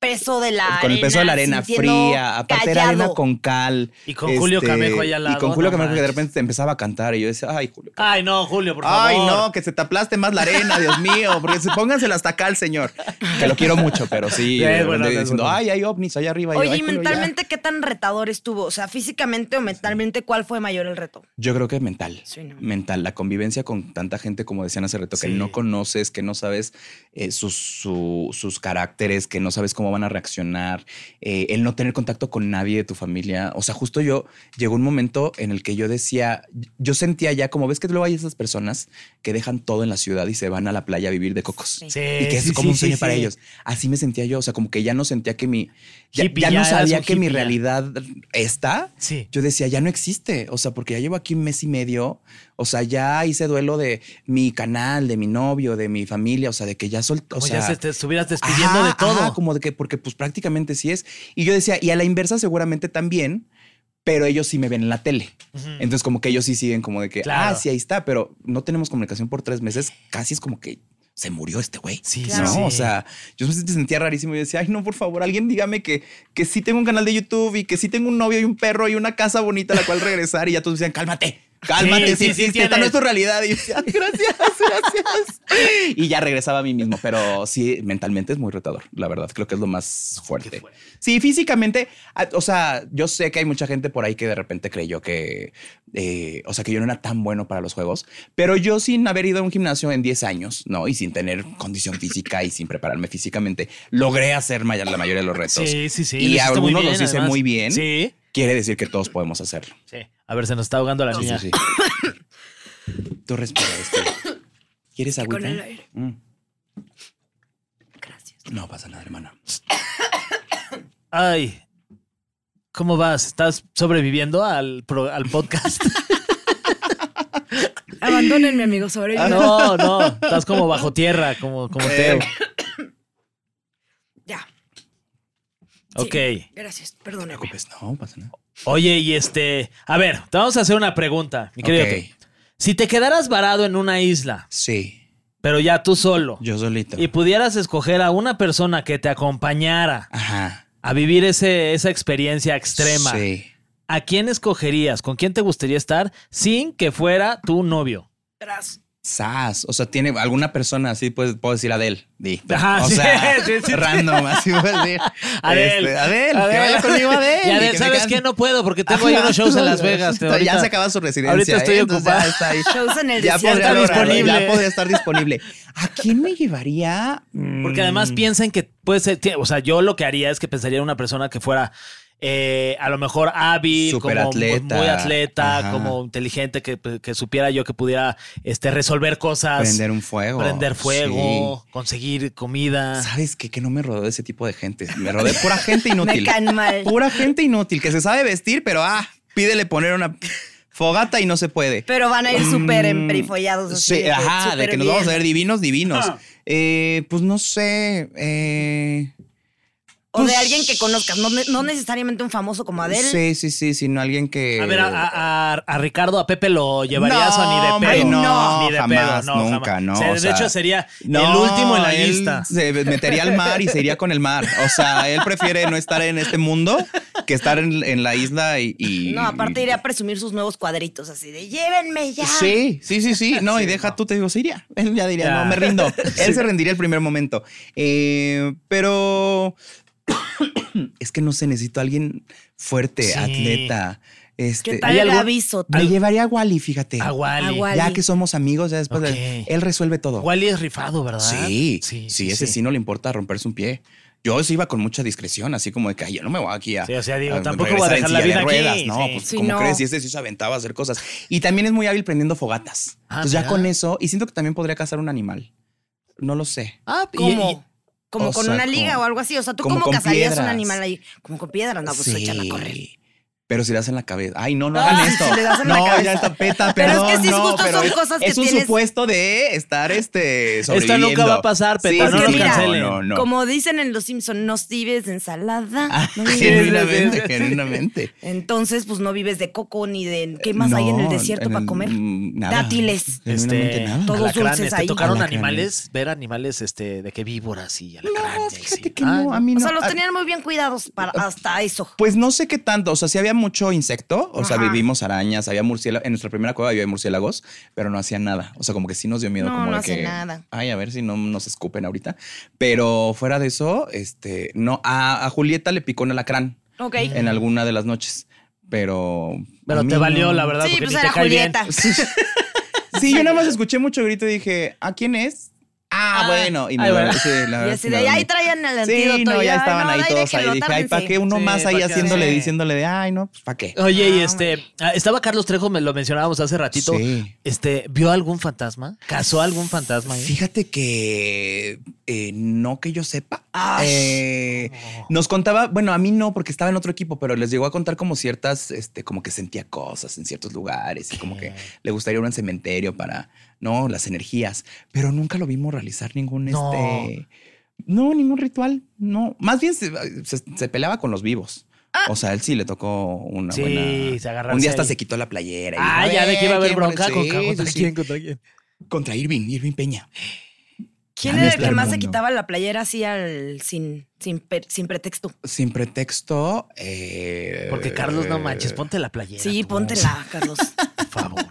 Speaker 3: peso de la
Speaker 4: con el peso de la arena
Speaker 3: sintiendo
Speaker 4: fría, aparte era
Speaker 3: callado.
Speaker 4: arena con cal.
Speaker 5: Y con Julio Camejo ahí al
Speaker 4: Este, Y
Speaker 5: lado,
Speaker 4: con Julio
Speaker 5: no
Speaker 4: Camejo que de
Speaker 5: manches.
Speaker 4: repente te empezaba a cantar y yo decía, ay, Julio.
Speaker 5: Ay, no, Julio, por favor.
Speaker 4: Ay, no, que se te aplaste más la arena, Dios mío, porque se- póngansela hasta acá al señor, que lo quiero mucho, pero sí,
Speaker 5: Sí,
Speaker 4: de
Speaker 5: es
Speaker 4: repente
Speaker 5: bueno, es
Speaker 4: diciendo,
Speaker 5: bueno.
Speaker 4: ay, hay ovnis allá arriba. y yo,
Speaker 3: Oye,
Speaker 4: "Ay,
Speaker 3: ¿y
Speaker 4: Julio, ya".
Speaker 3: mentalmente qué tan retador estuvo? O sea, físicamente o mentalmente, ¿cuál fue mayor el reto?
Speaker 4: Yo creo que mental.
Speaker 3: Sí, ¿no?
Speaker 4: Mental. La convivencia con tanta gente, como decían hace rato,
Speaker 5: Sí.
Speaker 4: que no conoces, que no sabes eh, sus, su- sus caracteres, que no sabes cómo van a reaccionar, eh, el no tener contacto con nadie de tu familia. O sea, justo yo llegó un momento en el que yo decía, yo sentía ya, como ves que luego hay esas personas que dejan todo en la ciudad y se van a la playa a vivir de cocos.
Speaker 3: Sí.
Speaker 5: Sí,
Speaker 4: Y que es
Speaker 5: sí,
Speaker 4: como
Speaker 5: sí,
Speaker 4: un sueño
Speaker 5: sí,
Speaker 4: para
Speaker 5: sí.
Speaker 4: ellos. Así me sentía yo. O sea, como que ya no sentía que mi. Ya,
Speaker 5: Hippie,
Speaker 4: ya
Speaker 5: ya
Speaker 4: no
Speaker 5: eras
Speaker 4: sabía
Speaker 5: un
Speaker 4: que mi
Speaker 5: hippie ya.
Speaker 4: realidad está
Speaker 5: Sí.
Speaker 4: yo decía, ya no existe. O sea, porque ya llevo aquí un mes y medio. O sea, ya hice duelo de mi canal, de mi novio, de mi familia. O sea, de que ya soltó. O
Speaker 5: Como
Speaker 4: sea,
Speaker 5: ya se te estuvieras despidiendo
Speaker 4: ajá,
Speaker 5: de todo.
Speaker 4: ajá, como de que, porque pues prácticamente sí es. Y yo decía, y a la inversa seguramente también, pero ellos sí me ven en la tele.
Speaker 5: Ujú.
Speaker 4: Entonces, como que ellos sí siguen como de que,
Speaker 5: Claro.
Speaker 4: ah, sí, ahí está, pero no tenemos comunicación por tres meses. Casi es como que se murió este güey.
Speaker 5: Sí,
Speaker 3: Claro.
Speaker 4: ¿no?
Speaker 5: sí.
Speaker 4: O sea, yo me sentía rarísimo. Yo decía, ay, no, por favor, alguien dígame que, que sí tengo un canal de YouTube y que sí tengo un novio y un perro y una casa bonita a la cual regresar. Y ya todos decían, cálmate, cálmate, sí,
Speaker 5: Sí, sí, sí
Speaker 4: existe, esta no
Speaker 5: tienes.
Speaker 4: es tu realidad. Y yo decía, "Ay, gracias, gracias. Y ya regresaba a mí mismo. Pero sí, mentalmente es muy retador, la verdad. Creo que es lo más fuerte.
Speaker 5: fuerte.
Speaker 4: Sí, físicamente, a- o sea, yo sé que hay mucha gente por ahí que de repente creyó que, eh, o sea, que yo no era tan bueno para los juegos, pero yo sin haber ido a un gimnasio en 10 años, ¿no? Y sin tener condición física y sin prepararme físicamente, logré hacer may- la mayoría de los retos.
Speaker 5: Sí, sí, sí.
Speaker 4: Y
Speaker 5: lo hiciste muy
Speaker 4: algunos
Speaker 5: bien,
Speaker 4: los hice
Speaker 5: además.
Speaker 4: muy bien.
Speaker 5: Sí.
Speaker 4: Quiere decir que todos podemos hacerlo.
Speaker 5: Sí. A ver, se nos está ahogando la niña.
Speaker 4: Sí, sí, sí. Tú respira, este. ¿Quieres agüita?
Speaker 3: con el aire.
Speaker 4: Mm.
Speaker 3: Gracias.
Speaker 4: No pasa nada, hermana.
Speaker 5: Eh. Ay. ¿Cómo vas? ¿Estás sobreviviendo al, pro- al podcast?
Speaker 3: Abandónenme, amigos, sobre
Speaker 5: no, no. Estás como bajo tierra, como, como
Speaker 4: Eh,
Speaker 5: Teo.
Speaker 3: Ya. Sí,
Speaker 5: Ok.
Speaker 3: Gracias,
Speaker 4: No te
Speaker 3: perdónenme.
Speaker 4: preocupes, no pasa nada.
Speaker 5: Oye, y este. A ver, te vamos a hacer una pregunta, mi querido.
Speaker 4: Ok.
Speaker 5: Teo. Si te quedaras varado en una isla,
Speaker 4: Sí,
Speaker 5: pero ya tú solo,
Speaker 4: yo solito.
Speaker 5: y pudieras escoger a una persona que te acompañara
Speaker 4: Ajá.
Speaker 5: a vivir ese, esa experiencia extrema,
Speaker 4: Sí.
Speaker 5: ¿a quién escogerías? ¿Con quién te gustaría estar sin que fuera tu novio?
Speaker 3: Verás.
Speaker 4: Sas, o sea, tiene alguna persona así, pues puedo decir Adel. Di.
Speaker 5: Ajá,
Speaker 4: o
Speaker 5: Ah, sí,
Speaker 4: sea,
Speaker 5: sí, sí, sí.
Speaker 4: random, así voy a decir.
Speaker 5: Adel.
Speaker 4: Este, Adel, que
Speaker 5: Adel.
Speaker 4: vaya conmigo Adel.
Speaker 5: Y
Speaker 4: y
Speaker 5: Adel,
Speaker 4: que me
Speaker 5: ¿sabes
Speaker 4: cante.
Speaker 5: qué? No puedo porque tengo ahí
Speaker 4: Ajá,
Speaker 5: unos shows en Las
Speaker 4: tú-
Speaker 5: Vegas.
Speaker 4: Ya
Speaker 5: ahorita-
Speaker 4: se acaba su residencia.
Speaker 5: ahorita estoy
Speaker 4: ¿eh? Entonces,
Speaker 5: ocupada.
Speaker 4: Ya está ahí.
Speaker 3: Shows en el
Speaker 4: Ya
Speaker 3: desierto.
Speaker 4: podría,
Speaker 5: está
Speaker 4: lograrlo,
Speaker 5: disponible.
Speaker 4: ya podría estar disponible. ¿A quién me llevaría? Mm,
Speaker 5: Porque además piensen que puede ser, tie- o sea, yo lo que haría es que pensaría en una persona que fuera eh, a lo mejor hábil, como
Speaker 4: Superatleta.
Speaker 5: muy- muy atleta,
Speaker 4: Ajá.
Speaker 5: como inteligente, que, que supiera yo que pudiera este, resolver cosas,
Speaker 4: prender un fuego.
Speaker 5: prender fuego,
Speaker 4: Sí.
Speaker 5: conseguir comida.
Speaker 4: ¿Sabes qué? Que no me rodeo de ese tipo de gente. Me rodeo de pura gente
Speaker 3: Me
Speaker 4: inútil.
Speaker 3: caen mal.
Speaker 4: Pura gente inútil que se sabe vestir, pero ah, pídele poner una fogata y no se puede.
Speaker 3: Pero van a ir súper
Speaker 4: Mm,
Speaker 3: emperifollados. así
Speaker 4: Sí,
Speaker 3: de que
Speaker 4: ajá, de
Speaker 3: súper
Speaker 4: que nos vamos a
Speaker 3: bien.
Speaker 4: ver divinos, divinos.
Speaker 5: Ah.
Speaker 4: Eh, pues no sé. eh,
Speaker 3: O de
Speaker 4: pues,
Speaker 3: alguien que conozcas, no, ne- no necesariamente un famoso como Adele.
Speaker 4: Sí, sí, sí, sino alguien que.
Speaker 5: A ver, a, a- a- a Ricardo, a Pepe lo llevarías
Speaker 4: No,
Speaker 5: o ni de
Speaker 4: hombre,
Speaker 5: pedo.
Speaker 4: no,
Speaker 5: ni de
Speaker 4: jamás,
Speaker 5: pedo, no,
Speaker 4: nunca,
Speaker 5: jamás.
Speaker 4: no,
Speaker 5: O sea,
Speaker 4: o
Speaker 5: de
Speaker 4: sea,
Speaker 5: hecho, sería el
Speaker 4: No,
Speaker 5: último en la
Speaker 4: él
Speaker 5: lista.
Speaker 4: Se metería al mar y se iría con el mar. O sea, él prefiere no estar en este mundo que estar en, en la isla y, y-
Speaker 3: No, aparte iría a presumir sus nuevos cuadritos así de llévenme ya.
Speaker 4: Sí, sí, sí, sí. No, y deja tú, te digo, se iría. Él ya diría,
Speaker 5: Ya.
Speaker 4: no, me rindo.
Speaker 5: Sí.
Speaker 4: Él se rendiría el primer momento. Eh, pero es que no se necesita alguien fuerte,
Speaker 5: Sí.
Speaker 4: atleta.
Speaker 3: ¿Qué
Speaker 4: Este,
Speaker 3: tal
Speaker 5: ¿hay
Speaker 3: el
Speaker 5: algún-
Speaker 3: aviso?
Speaker 4: me llevaría a Wally, fíjate.
Speaker 5: A Wally.
Speaker 3: A Wally.
Speaker 4: Ya que somos amigos, ya después de-
Speaker 5: Ok. Ah,
Speaker 4: él resuelve todo.
Speaker 5: Wally es rifado, ¿verdad?
Speaker 4: Sí, sí, ese sí. no le importa romperse un pie. Yo sí iba con mucha discreción, así como de que "Ay, yo no me voy aquí a.
Speaker 5: Sí, o sea, digo,
Speaker 4: a
Speaker 5: tampoco voy a
Speaker 4: Ah, regresar en
Speaker 5: dejar la
Speaker 4: silla de
Speaker 5: vida aquí,
Speaker 4: ruedas, No,
Speaker 5: sí.
Speaker 4: pues
Speaker 3: Sí,
Speaker 4: como
Speaker 3: no.
Speaker 4: crees, y este sí se aventaba a hacer cosas. Y también es muy hábil prendiendo fogatas.
Speaker 5: Ah,
Speaker 4: Entonces ya
Speaker 5: mira.
Speaker 4: con eso, y siento que también podría cazar un animal. No lo sé.
Speaker 5: Ah, y-
Speaker 3: ¿Cómo?
Speaker 5: y-
Speaker 3: como
Speaker 4: o
Speaker 3: con
Speaker 4: sea,
Speaker 3: una liga
Speaker 4: como-
Speaker 3: o algo así. O sea, ¿tú
Speaker 4: como
Speaker 3: cómo
Speaker 4: con
Speaker 3: cazarías un
Speaker 4: piedras.
Speaker 3: animal ahí? Como con piedras, no, pues se echan a correr.
Speaker 4: Pero si le hacen la cabeza. Ay, no, no
Speaker 3: Ah,
Speaker 4: hagan
Speaker 3: sí,
Speaker 4: esto.
Speaker 3: si le das en la
Speaker 4: no,
Speaker 3: cabeza.
Speaker 4: ya está peta,
Speaker 3: Pero es
Speaker 4: perdón,
Speaker 3: que sí,
Speaker 4: no,
Speaker 3: justo
Speaker 4: pero
Speaker 3: son
Speaker 4: es-
Speaker 3: cosas que
Speaker 4: Es un
Speaker 3: tienes-
Speaker 4: supuesto de estar este
Speaker 5: Esta nunca va a pasar,
Speaker 4: pero
Speaker 5: Peta,
Speaker 3: no nos
Speaker 5: cancelen.
Speaker 4: No, Ah, no.
Speaker 3: Como dicen en Los Simpsons, no vives de ensalada. no vives de-
Speaker 4: Genuinamente, genuinamente.
Speaker 3: Entonces, pues no vives de coco ni de. ¿Qué más hay en el
Speaker 4: No,
Speaker 3: desierto
Speaker 4: en
Speaker 3: para
Speaker 4: el-
Speaker 3: comer?
Speaker 4: mm, nada.
Speaker 3: Dátiles.
Speaker 4: Genuinamente
Speaker 5: este,
Speaker 4: nada.
Speaker 3: Todos
Speaker 5: alacranes.
Speaker 3: dulces
Speaker 5: ¿Te
Speaker 3: ahí.
Speaker 5: tocaron
Speaker 4: Alacranes.
Speaker 5: animales? Ver animales este, de que víboras y
Speaker 4: No,
Speaker 5: alacranes.
Speaker 4: fíjate
Speaker 5: y-
Speaker 4: que
Speaker 5: Ah,
Speaker 4: no, a mí
Speaker 3: O
Speaker 4: no.
Speaker 3: sea, los
Speaker 4: Ah,
Speaker 3: tenían muy bien cuidados para hasta eso.
Speaker 4: Pues no sé qué tanto, o sea, sí había mucho insecto, o sea,
Speaker 3: Ajá.
Speaker 4: vivimos arañas, había murciélagos, en nuestra primera cueva había murciélagos, pero no hacían nada, o sea, como que sí nos dio miedo
Speaker 3: No,
Speaker 4: como
Speaker 3: no
Speaker 4: de
Speaker 3: hacen
Speaker 4: que,
Speaker 3: nada.
Speaker 4: ay, a ver si no nos escupen ahorita, pero fuera de eso, este, no, a, a Julieta le picó un alacrán
Speaker 3: Ok.
Speaker 4: en alguna de las noches, pero... a
Speaker 5: Pero
Speaker 4: mí
Speaker 5: te
Speaker 4: no.
Speaker 5: valió, la verdad,
Speaker 3: Sí,
Speaker 5: porque
Speaker 3: pues
Speaker 5: ni te
Speaker 3: era
Speaker 5: cae bien.
Speaker 3: Julieta.
Speaker 4: Sí, yo nada más escuché mucho grito y dije, ¿a quién es? Ah,
Speaker 5: Ah,
Speaker 4: bueno, y me
Speaker 5: ay, bueno.
Speaker 4: sí, la
Speaker 3: Y
Speaker 4: verdad,
Speaker 3: así
Speaker 4: me
Speaker 3: de ahí,
Speaker 4: dormí.
Speaker 3: ahí traían el antídoto.
Speaker 4: Sí, no,
Speaker 3: y,
Speaker 4: ya
Speaker 3: ay,
Speaker 4: estaban
Speaker 3: no,
Speaker 4: ahí
Speaker 3: de aire
Speaker 4: todos
Speaker 3: que
Speaker 4: ahí.
Speaker 3: lo
Speaker 4: Dije, ay, ¿para
Speaker 3: tárdense".
Speaker 4: qué uno
Speaker 5: Sí,
Speaker 4: más ahí
Speaker 5: ¿pa' qué?
Speaker 4: haciéndole,
Speaker 5: Sí.
Speaker 4: diciéndole de, ay, no, pues, ¿para qué?
Speaker 5: Oye, y
Speaker 3: Ah,
Speaker 5: este, ah, estaba Carlos Trejo, me lo mencionábamos hace ratito.
Speaker 4: Sí.
Speaker 5: Este, ¿vio algún fantasma? ¿Casó algún fantasma? ahí?
Speaker 4: Fíjate que eh, no que yo sepa.
Speaker 5: Ah,
Speaker 3: Ay.
Speaker 4: Eh, nos contaba, bueno, a mí no, porque estaba en otro equipo, pero les llegó a contar como ciertas, este, como que sentía cosas en ciertos lugares y como que le gustaría ir a un cementerio para, no, las energías, pero nunca lo vimos realizar ningún,
Speaker 5: No.
Speaker 4: este, no, ningún ritual, no. Más bien se, se- se peleaba con los vivos. O sea, él sí le tocó una
Speaker 5: Ah. Sí,
Speaker 4: buena.
Speaker 5: se agarrarse
Speaker 4: Un día hasta
Speaker 5: ahí.
Speaker 4: se quitó la playera. y
Speaker 5: Ah,
Speaker 4: dijo,
Speaker 5: ya
Speaker 4: "A
Speaker 5: de que iba a
Speaker 4: ver,
Speaker 5: haber
Speaker 4: ¿quién pone-"
Speaker 5: bronca con
Speaker 4: Sí,
Speaker 5: con-
Speaker 4: sí,
Speaker 5: contra
Speaker 4: sí.
Speaker 5: quién, contra quién.
Speaker 4: Contra Irving, Irving Peña.
Speaker 3: ¿Quién
Speaker 4: Ya
Speaker 3: era
Speaker 4: ves,
Speaker 3: el que más se
Speaker 4: Fernando.
Speaker 3: quitaba la playera así al sin, sin, per- sin pretexto?
Speaker 4: Sin pretexto. eh,
Speaker 5: Porque Carlos, no manches, ponte la playera.
Speaker 3: Sí,
Speaker 5: tú,
Speaker 3: póntela, Carlos.
Speaker 5: Por favor.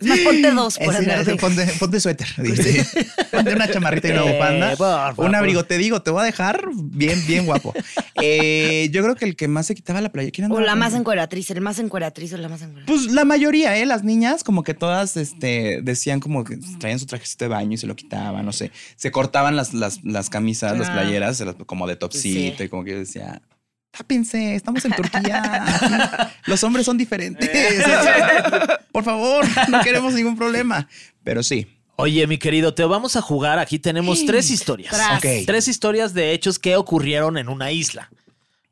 Speaker 3: Es más, ponte dos por
Speaker 4: ese-
Speaker 3: andar
Speaker 4: ese,
Speaker 3: de-
Speaker 4: ponte, ponte suéter. dice. ponte una chamarrita y una
Speaker 5: Eh,
Speaker 4: bufanda.
Speaker 5: por favor.
Speaker 4: un abrigo, te digo, te voy a dejar bien, bien guapo. Eh, yo creo que el que más se quitaba la playa. ¿quién
Speaker 3: O
Speaker 4: andaba
Speaker 3: la
Speaker 4: con-
Speaker 3: más encueratriz, el más encueratriz o la más encueratriz.
Speaker 4: Pues la mayoría, ¿eh? Las niñas, como que todas este, decían como que traían su trajecito de baño y se lo quitaban, no sé. Se cortaban las, las, las camisas, las
Speaker 3: Ah.
Speaker 4: playeras, se las- como de topsito
Speaker 3: Sí.
Speaker 4: y como que yo decía, tápense, estamos en Turquía. Los hombres son diferentes. Por favor, no queremos ningún problema. Pero sí.
Speaker 5: Oye, mi querido Teo, vamos a jugar. Aquí tenemos tres historias.
Speaker 3: Tras.
Speaker 4: Ok.
Speaker 5: Tres historias de hechos que ocurrieron en una isla.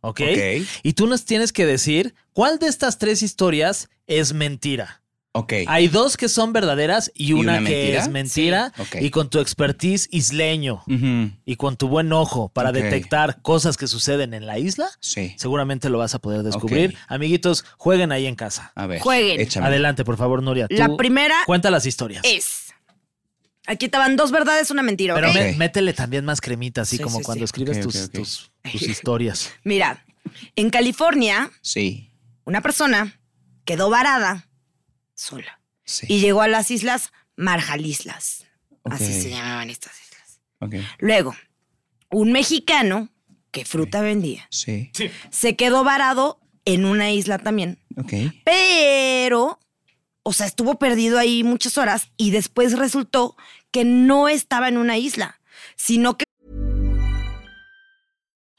Speaker 5: ¿Ok?
Speaker 4: Ok.
Speaker 5: Y tú nos tienes que decir cuál de estas tres historias es mentira.
Speaker 4: Ok.
Speaker 5: Hay dos que son verdaderas y una,
Speaker 4: una
Speaker 5: que
Speaker 4: mentira?
Speaker 5: es mentira.
Speaker 4: Sí. Ok.
Speaker 5: Y con tu expertise isleño
Speaker 4: Ujú.
Speaker 5: y con tu buen ojo para
Speaker 4: Ok.
Speaker 5: detectar cosas que suceden en la isla,
Speaker 4: Sí.
Speaker 5: seguramente lo vas a poder descubrir. Amiguitos, jueguen ahí en casa.
Speaker 4: A ver.
Speaker 3: Jueguen.
Speaker 4: échame.
Speaker 5: Adelante, por favor, Nuria.
Speaker 3: La
Speaker 5: tú
Speaker 3: primera
Speaker 5: Cuenta las historias.
Speaker 3: es. Aquí te van dos verdades, una mentira, ¿ok?
Speaker 5: Pero me-
Speaker 4: Ok.
Speaker 5: métele también más cremita, así
Speaker 3: Sí,
Speaker 5: como
Speaker 3: sí,
Speaker 5: cuando
Speaker 3: sí.
Speaker 5: escribes
Speaker 4: Ok,
Speaker 5: tus,
Speaker 4: ok, ok.
Speaker 5: tus- tus historias.
Speaker 3: Mira, en California,
Speaker 4: Sí.
Speaker 3: una persona quedó varada sola
Speaker 4: Sí.
Speaker 3: y llegó a las islas Marjalislas. Así
Speaker 4: Ok.
Speaker 3: se llamaban estas islas.
Speaker 4: Ok.
Speaker 3: Luego, un mexicano que fruta vendía
Speaker 4: Sí.
Speaker 3: se quedó varado en una isla también,
Speaker 4: Ok.
Speaker 3: pero, o sea, estuvo perdido ahí muchas horas y después resultó que no estaba en una isla, sino que